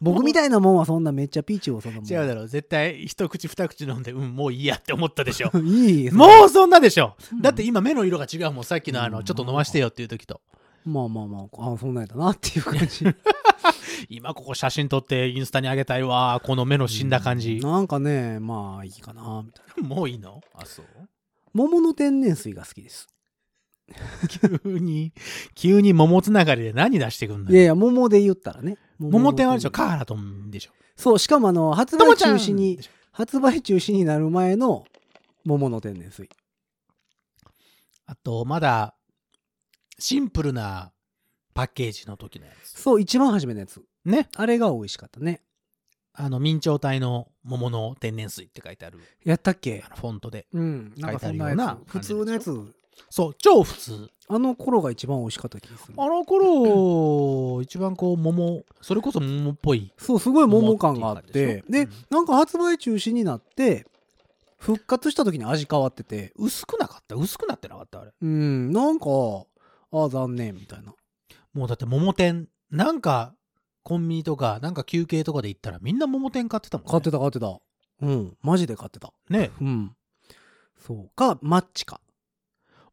僕みたいなもんはそんなめっちゃピーチをそんなもん。
違うだろ。絶対一口二口飲んで、うん、もういいやって思ったでしょ。
[laughs] いいそんな
もうそんなでしょ、だって今目の色が違うもんさっきのあ
う
の
ん
ちょっと飲ましてよっていう時と
まあまあまあ、あそんなんやだなっていう感
[laughs]
じ。
今ここ写真撮ってインスタにあげたいわこの目の死んだ感じ、
なんかね、まあいいかな、みたいな。
もういいのあそう
桃の天然水が好きです。
急に急に桃つながりで何出してくんの
いやい
よ
や、桃で言ったらね。
桃天はあるでしょ
か。
カーラとんでしょ
そう、しかもあの、発売
ともち
中
ゃん
止に
でし、ょ
発売中止になる前の桃の天然水。
あとまだシンプルなパッケージの時のやつ
そう、一番初めのやつ。
ね
あれが美味しかったね。
あの明朝体の桃の天然水って書いてある
やったっけ
あのフォントで
うん。なんかそんなや
書いてあるような
つ。普
感じでし
通
ょ
のやつ。
そう超普通
あの頃が一番美味しかった気がする。
あの頃、一番こう、桃、それこそ桃っぽい。
そう、すごい桃感があって。
桃ってい
で
う感じでしょうん
なんか発売中止になって、復活した時に味変わってて。
薄くなかった薄くなってなかったあれ。
うん、なんか、ああ、残念みたいな。
もうだって桃店、なんかコンビニとか、なんか休憩とかで行ったらみんな桃店買ってたもんね。
買ってた買ってたうんマジで買ってた
ね。
うんそうかマッチか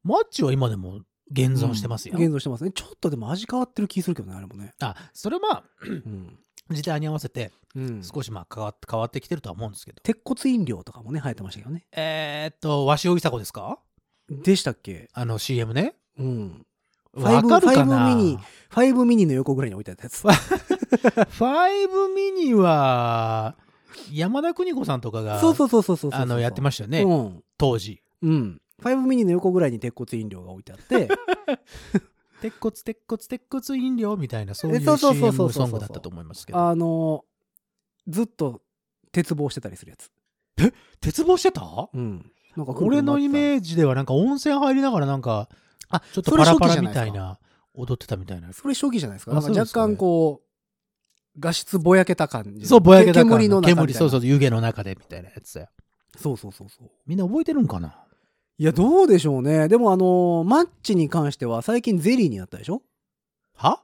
マッチは今でも現存してますよ。
うん現存してますねちょっとでも味変わってる気するけどねあれもね
あ、それはまあ、
うん、
時代に合わせて
うん、
少しまあ変わっ変わってきてるとは思うんですけど。
鉄骨飲料とかもね生えてましたけどね
えー、っと、鷲尾久子ですか
でしたっけ
あの CM ね。
うんファイ
わ
ブ
かるかな
ファイブミニ5ミニの横ぐらいに置いてあったやつ
ファイブミニは、山田邦子さんとかが、
そうそうそうそうそうそう
あの、やってましたよね、
うん
当時。
うん5ミニの横ぐらいに鉄骨飲料が置いてあって
[laughs] 鉄骨、鉄骨、鉄骨飲料みたいな、そうい
え
う
そうそうそうそうそう
CM ソングだったと思いますけど。
あのずっと鉄棒してたりするやつ
鉄棒してた
うんなんかくるく
俺
る回ってた
のイメージでは、なんか温泉入りながら、なんか、
あ
ちょっとパラパ
それ初期じゃ
ラみ
ないですか
たいな、踊ってたみたいな。
それ初期じゃないですか
あ
なんか
そうで
若
すかね
干こう画質ぼやけた感じ
そう、ぼやけた感
煙の中みたいな
煙、そうそう、湯気の中でみたいなやつだよ。
そうそうそうそう
みんな覚えてるんかない
やどうでしょうねでもあのマッチに関しては最近ゼリーになったでしょ
は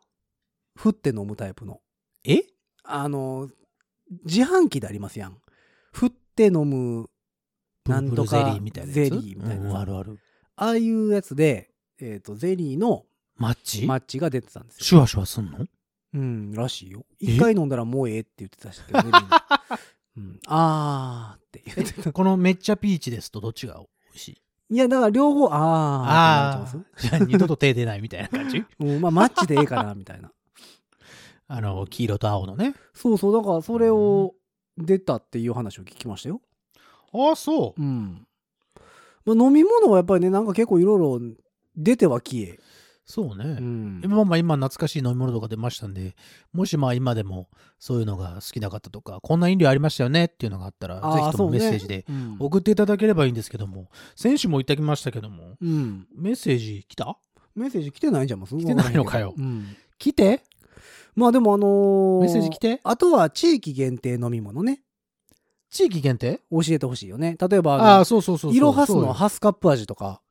振って飲むタイプの
え
あの自販機でありますやん振って飲むなんとか
ブルブルゼリーみたいなやつ
ゼリーみたいなやつ
うんあるある。
ああいうやつで、えー、とゼリーの
マッチ
マッチが出てたんです
シュワシュワすんの
ようんらしいよ
え
一回飲んだらもうええって言ってたしけどゼリ
[laughs]
ー、うん、あーって言ってた
このめっちゃピーチですとどっちが美味しい
いやだから両方あーってなっちゃいます
あーじゃあ [laughs] 二度と手出ないみたいな感じ
うん、まあマッチでええかなみたい [laughs] な
あの黄色と青のね
そうそうだからそれを出たっていう話を聞きましたよ
ああそ
うん、まあ、飲み物はやっぱりねなんか結構いろいろ出ては消え、
そうね、
うん
今まあ今懐かしい飲み物とか出ましたんでもしまあ今でもそういうのが好きな方とかこんな飲料ありましたよねっていうのがあったら
あー
ぜひと
そう
もメ
ね
ッセージで
うん
送っていただければいいんですけども先週も言ってきましたけども
うん
メッセージ来た
メッセージ来てないんじゃん来
てないのかよ
うん、
来て
まあでもあのー
メッセージ来て
あとは地域限定飲み物ね
地域限定
教えてほしいよね例えば
あ
あ
あ
の
ーそうそうそうそう
イロハス
そう
の
よ
ハスカップ味とか、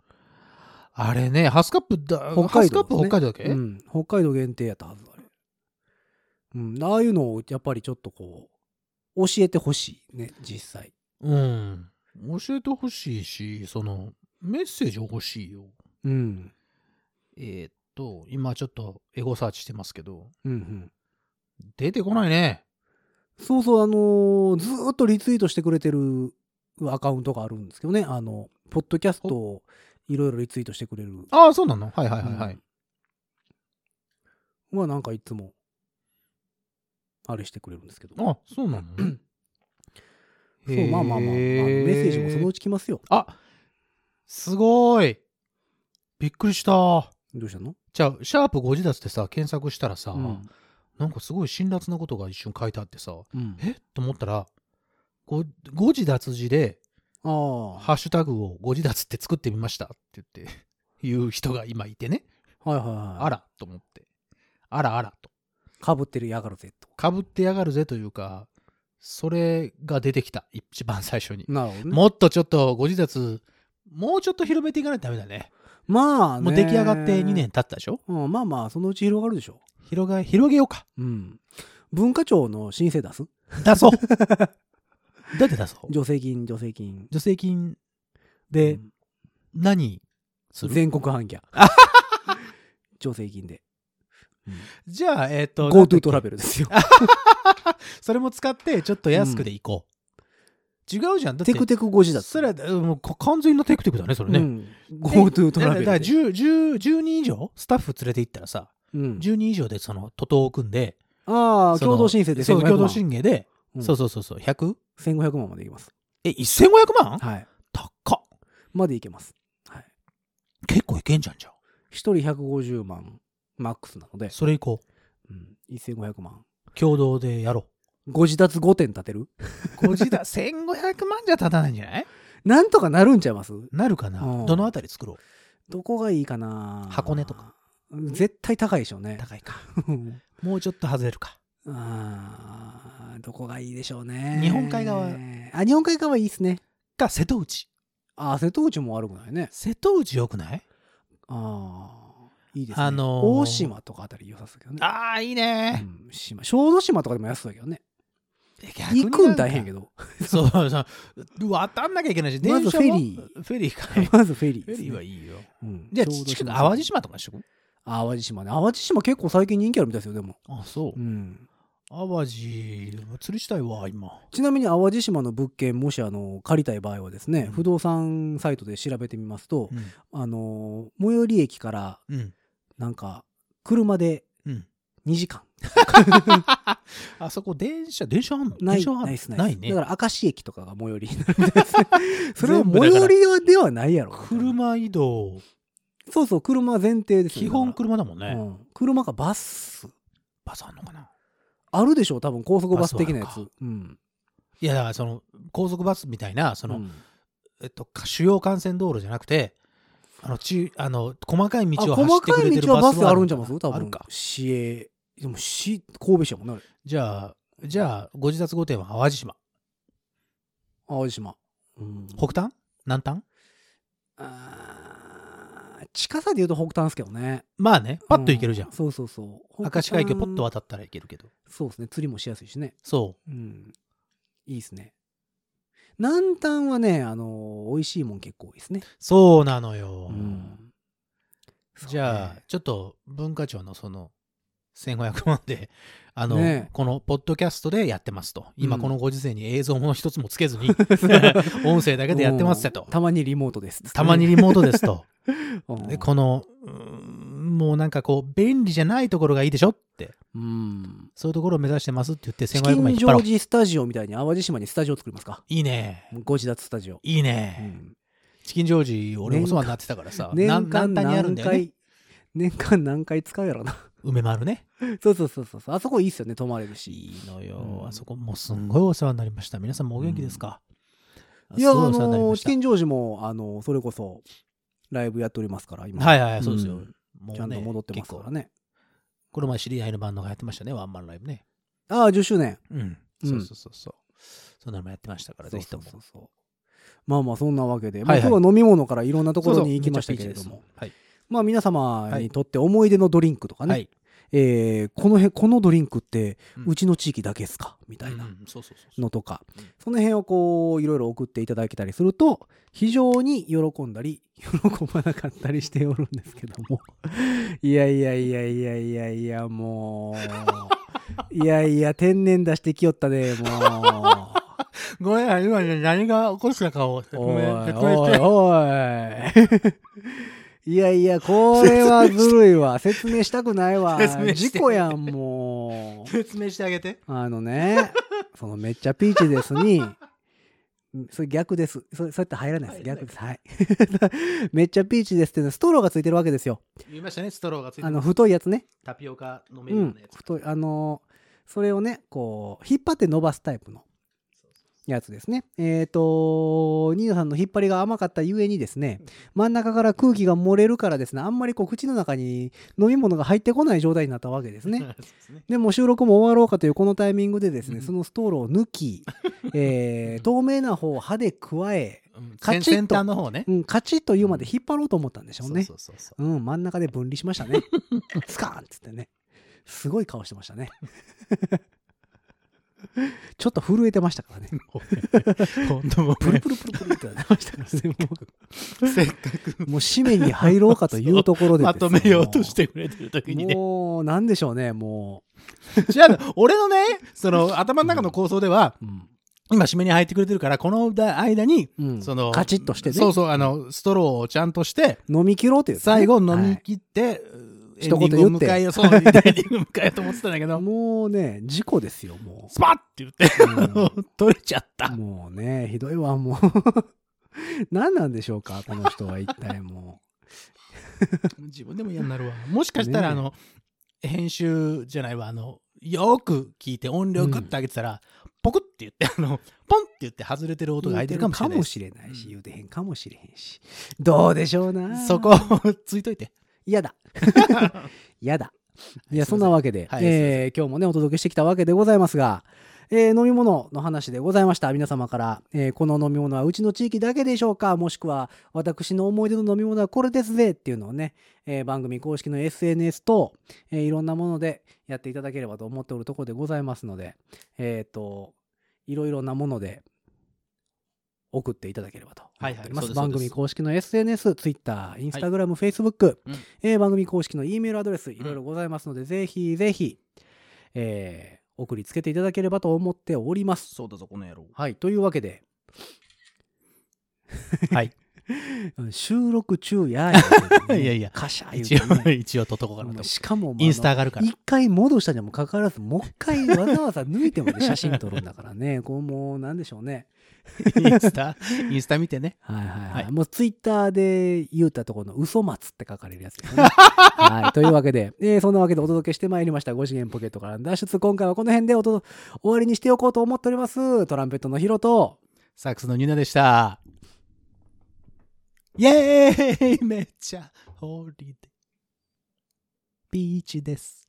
あれねハスカップ
北
だ
海道
ハスカップ
ですね
北海道だっけ、
うん、北海道限定やったはずあれ、うん、ああいうのをやっぱりちょっとこう教えてほしいね実際
うん。教えてほしいし、その、メッセージ欲しいよ。
うん
えーっと、今ちょっとエゴサーチしてますけど、
うんうん
出てこないね。
そうそう、あのーずーっとリツイートしてくれてるアカウントがあるんですけどね、あの、ポッドキャストをいろいろリツイートしてくれる。
ああ、そうなのはいはいはいはい。
うんは、なんかいつも、あれしてくれるんですけど。
あ、そうなのね。
そう、まあまあまあ、あのメ
へー
ッセージもそのうち来ますよ。
あ、すごい。びっくりした。
どうしたの
じゃあ、シャープ5時脱ってさ、検索したらさ、
うん
なんかすごい辛辣なことが一瞬書いてあってさ、
うん
えっと思ったら、5時脱字で、
あ
ハッシュタグをご自立って作ってみましたって言って [laughs] 言う人が今いてね、
あ、はいはいはい。
あらと思って、あらあらと、
かぶってるやがるぜと。
かぶってやがるぜというか、それが出てきた、一番最初に。
なるほどね。
もっとちょっとご自立、もうちょっと広めていかないとダメだね。
まあね。
もう出来上がって2年。経ったでしょ
うん、まあまあ、そのうち広がるでしょ
広が、広げようか。
う。うん。文化庁の申請出す [laughs]
出そう。だって出そう。
助成金、助成金。
助成金で
うん
何する
全国反逆。調整金で。
じゃあ、えっ、と、
GoTo トラベルですよ。
それも使って、ちょっと安くで行こう。違うじゃん。だって
テクテク5時だった
それはうんもうこ完全なテクテクだね、それ
う
ね。
ん GoTo トラベルで。
だからだから10 10 10人以上スタッフ連れて行ったらさ、
うん
10人以上でその徒党を組んで、
ああ、
その
共同申請で
そう、共
1500
同
万。
申請で、
うん
そうそうそうそう、100?
1500万までいけます。
え、1500万
はい。
高っ。
までいけます。はい。
結構いけんじゃんじゃん。
1人150万マックスなので、
それ以降、
うん、1500万。
共同でやろ
ご自立5点立てる
う。ご自だ、1500万じゃ立たないんじゃない
なんとかなるんちゃいます
なるかな
うん
どのあたり作ろう
どこがいいかな
箱根とか。
絶対高いでしょうね。
高いか。もうちょっと外れるか。
あーどこがいいでしょうね。
日本海側。
あ、日本海側いいっすね。
か、瀬戸内。
あー瀬戸内も悪くないね。
瀬戸内良くない
ああ。いいですね。
あのー
大島とかあたり良さそうだけどね。
ああ、いいうね。
ん、島小豆島とかでも安そうだけどね。
逆に
行くん大変やけど。
ど。 [laughs] そうそう。渡んなきゃいけないし、
まず
電車も
フェリ
[laughs] フェリーかね。
[laughs] まずフェリー
フ
で
ェ
す
リ
ね、
ーはいいよ。
うん
じゃあ、
小豆島
近く、淡路島とかにしとく
淡路島ね。淡路島結構最近人気あるみたいですよ、でも。
あ、そ
う。
う
ん。
淡路、でも釣りしたいわ、今。
ちなみに淡路島の物件、もしあの借りたい場合はですね、
うん
不動産サイトで調べてみますと、
うん。
あのー、最寄り駅から
うん。
なんか、車で
うん。
2時間。
あそこ、電車、電車あんの
ない、
電車あんの
ないですね。
ないね
だか。ら、明石駅とかが最寄りになるみたい
[laughs]
ですねそれは
全部だ
最
から
寄りはではないやろ。
車移動、
そうそう、車前提ですよ
基本
だか
車だもん
ら
ね。
うん車かバス。
バスあんのかな
あるでしょう、多分高速バス的なや
バスはあ
つ
る。
うん。
いや、だからその、高速バスみたいな、その、
うん
えっと、か主要幹線道路じゃなくて、あの、ちあの細かい道を
あ
走
細
ってく
か
れて
い
る
道は
バ
バ
ス
ス
は
あるんじゃいます多分。
あるか。
市営。でも、市、神戸市やもんね。あれ
じゃあ、じゃあ、ご自宅御殿は淡路島。
淡路島。うん。
北端南端
あー近さで言うと北端ですけどね。
まあね、パッと行けるじゃん
う。そうそうそう。
明石海峡ポッと
は
渡ったらいけるけど。
そうですね。釣りもしやすいしね。
そ
うん。いいですね。南端はね、あのー美味しいもん結構多いですね
う。。そうなのよ。
うん。
じゃあ、ちょっと文化庁のその、1500万で、あの、
ねえ
このポッドキャストでやってますと。今
うん
このご時世に映像も一つもつけず
[laughs]
に、
そうね、
音声だけでやってますよと
うん。たまにリモートです。
たまにリモートです
[laughs]
と。
うん、
でこのうーんもうなんかこう便利じゃないところがいいでしょって
うん。
そういうところを目指してますって言って
チキ
1500万円
ン
引っ
ジ
張ろ
ョ
う
ージスタジオみたいに淡路島にスタジオ作りますか。
いいね
ご自立スタジオ。
いいうね、
ん
チキンジョージ俺お世話になってたからさな
年間
簡単にある
何
んだよね
回、年間何回使うやろな。
梅丸ね
そうそうそうそう。あそこいいっすよね、泊まれるし。
いいのよ、
うん
あそこもうすんごいお世話になりました皆さんもお元気ですか、
いや、あ
すごお世話になり
の
ま
ー、
し
チ
た
キンジョージも、あのー、それこそ、ライブやっておりますから、今。
はいはいはいそうですよ、
うん
もうね
ちゃんと戻ってますから
結構
ね。
この前知り合いのバンドがやってましたねワンマンライブね
ああ、10周年。
うん、
うん
そうそうそうそうそんなのもやってましたからぜひとも
そうそうそうまあまあ、そんなわけで、
はいはい
まあ今日は飲み物からいろんなところに行きましたけれ
そ
ど
うそう
も
めっちゃピーチ、ですはい
まあ皆様にとって思い出のドリンクとかね、
はい
えーこの辺、このドリンクって、
うん
うちの地域だけですかみたいな
うんそうそうそうそう
のとか
うん、
その辺をこう、いろいろ送っていただけたりすると、非常に喜んだり、 [laughs] 喜ばなかったりしておるんですけども。 [laughs] いやいやいやいやいやいや、もう。いやいや、天然出してきよったで、もう。
ごめん、今ね何が起こしたかを説
おい
明説明
お
して。
いおいいやいやこれはずるいわ説明したくないわ
説明して
事故やんも
説明してあげて。
うあのね [laughs] そのめっちゃピーチですにんそれ逆ですそそうやって入らないです
入らな
逆
い
ですはい [laughs] めっちゃピーチですってのはストローがついてるわけですよ
言いましたね、ストローがついて
あ
る
の太いやつね
タピオカ飲め
う
るようんなやつ。
太いあのーそれをねこう引っ張って伸ばすタイプのやつですねえっ、とニーナさんの引っ張りが甘かったゆえにですね真ん中から空気が漏れるからですねあんまりこう口の中に飲み物が入ってこない状態になったわけですね
[laughs] そうですね。
でもう収録も終わろうかというこのタイミングでですね、
うん
そのストローを抜き、えー透明な方を歯で加え、
うん
カチッ
先
と
先端の方ね。
うん、カチッというまで引っ張ろうと思ったんでしょうね、
そうそうそう
うん、真ん中で分離しましたね。スカーンっつってね。すごい顔してましたね。ちょっと震えてましたからね。
そう。本
[laughs]
当も
プルプルプルプルってなってましたからね。も
うせっかく
う、もう締めに入ろうかというところで
ま
です
と
よ
めようとしてくれてる時にね。
もう、なんでしょうね、も
違うの俺のね、その頭の中の構想では、
う。うん。
今締めに入ってくれてるから、この間に、
うん、
その、
カチッとしてね。
そうそう、あの、ストローをちゃんとして、
飲み切ろうという、
最後飲み
はい
切って、エンデ
一
ィ
言
ング
言
を
って
迎えよう、そう、エンディングを迎えようと思ってたんだけ
[laughs]
ど、
もうね、事故ですよ、も
スパッって言って、
う。うん
取れちゃった。
もうね、ひどいわ、もう。何なんでしょうか、この人は一体
[laughs]
も
自分でも嫌になるわ。もしかしたら、あ
ね
の、編集じゃないわ、あの、よーく聞いて音量グッと上げてたら、ポクって言って、あの、ポンって言って外れてる
う。
音が入ってるかもしれないです。
言うてるかもしれないし、言うてへんかもしれへんし。どうでしょうな。
そこをついといて。
嫌
[laughs]
だ。嫌だ。いや、
すいません
そんなわけで、
はい
えー今日もね、お届けしてきたわけでございますが、えー飲み物の話でございました。皆様から、えーこの飲み物はうちの地域だけでしょうかもしくは、私の思い出の飲み物はこれですぜっていうのをね、えー番組公式の SNS と、えーいろんなものでやっていただければと思っておるところでございますので、えっ、と、いろいろなもので送っていただければと思っております。
はいはいそうです
番
そうで
組
す
公式の SNS、Twitter、Instagram、Facebook、
うん
えー番組公式の E メールアドレスいろいろございますので、ぜひぜひ、えー送りつけていただければと思っております。
そうだぞ、この野郎。
はい、というわけで、
はい。
収録中ややけどね
[laughs] いやいや
カシャ言うて
一
ね
応、 [laughs] 一応取っとこうかなと思って。
しかも、
インスタ上がるから
一。回戻したにもかかわらず、もう一回わざわざ抜いてまで写真撮るんだからね、こうもう、なんでしょうね。
インスタ、インスタ見てね。
はいはいはい。
はい
もうツイッターで言うたところの嘘松って書かれるやつ [laughs] ですね。はい。というわけで、えーそんなわけでお届けしてまいりました。5次元ポケットからの脱出。今回はこの辺でおと終わりにしておこうと思っております。トランペットのヒロと、
サックスのニュナでした。イェーイめっちゃホーリーで。ビーチです。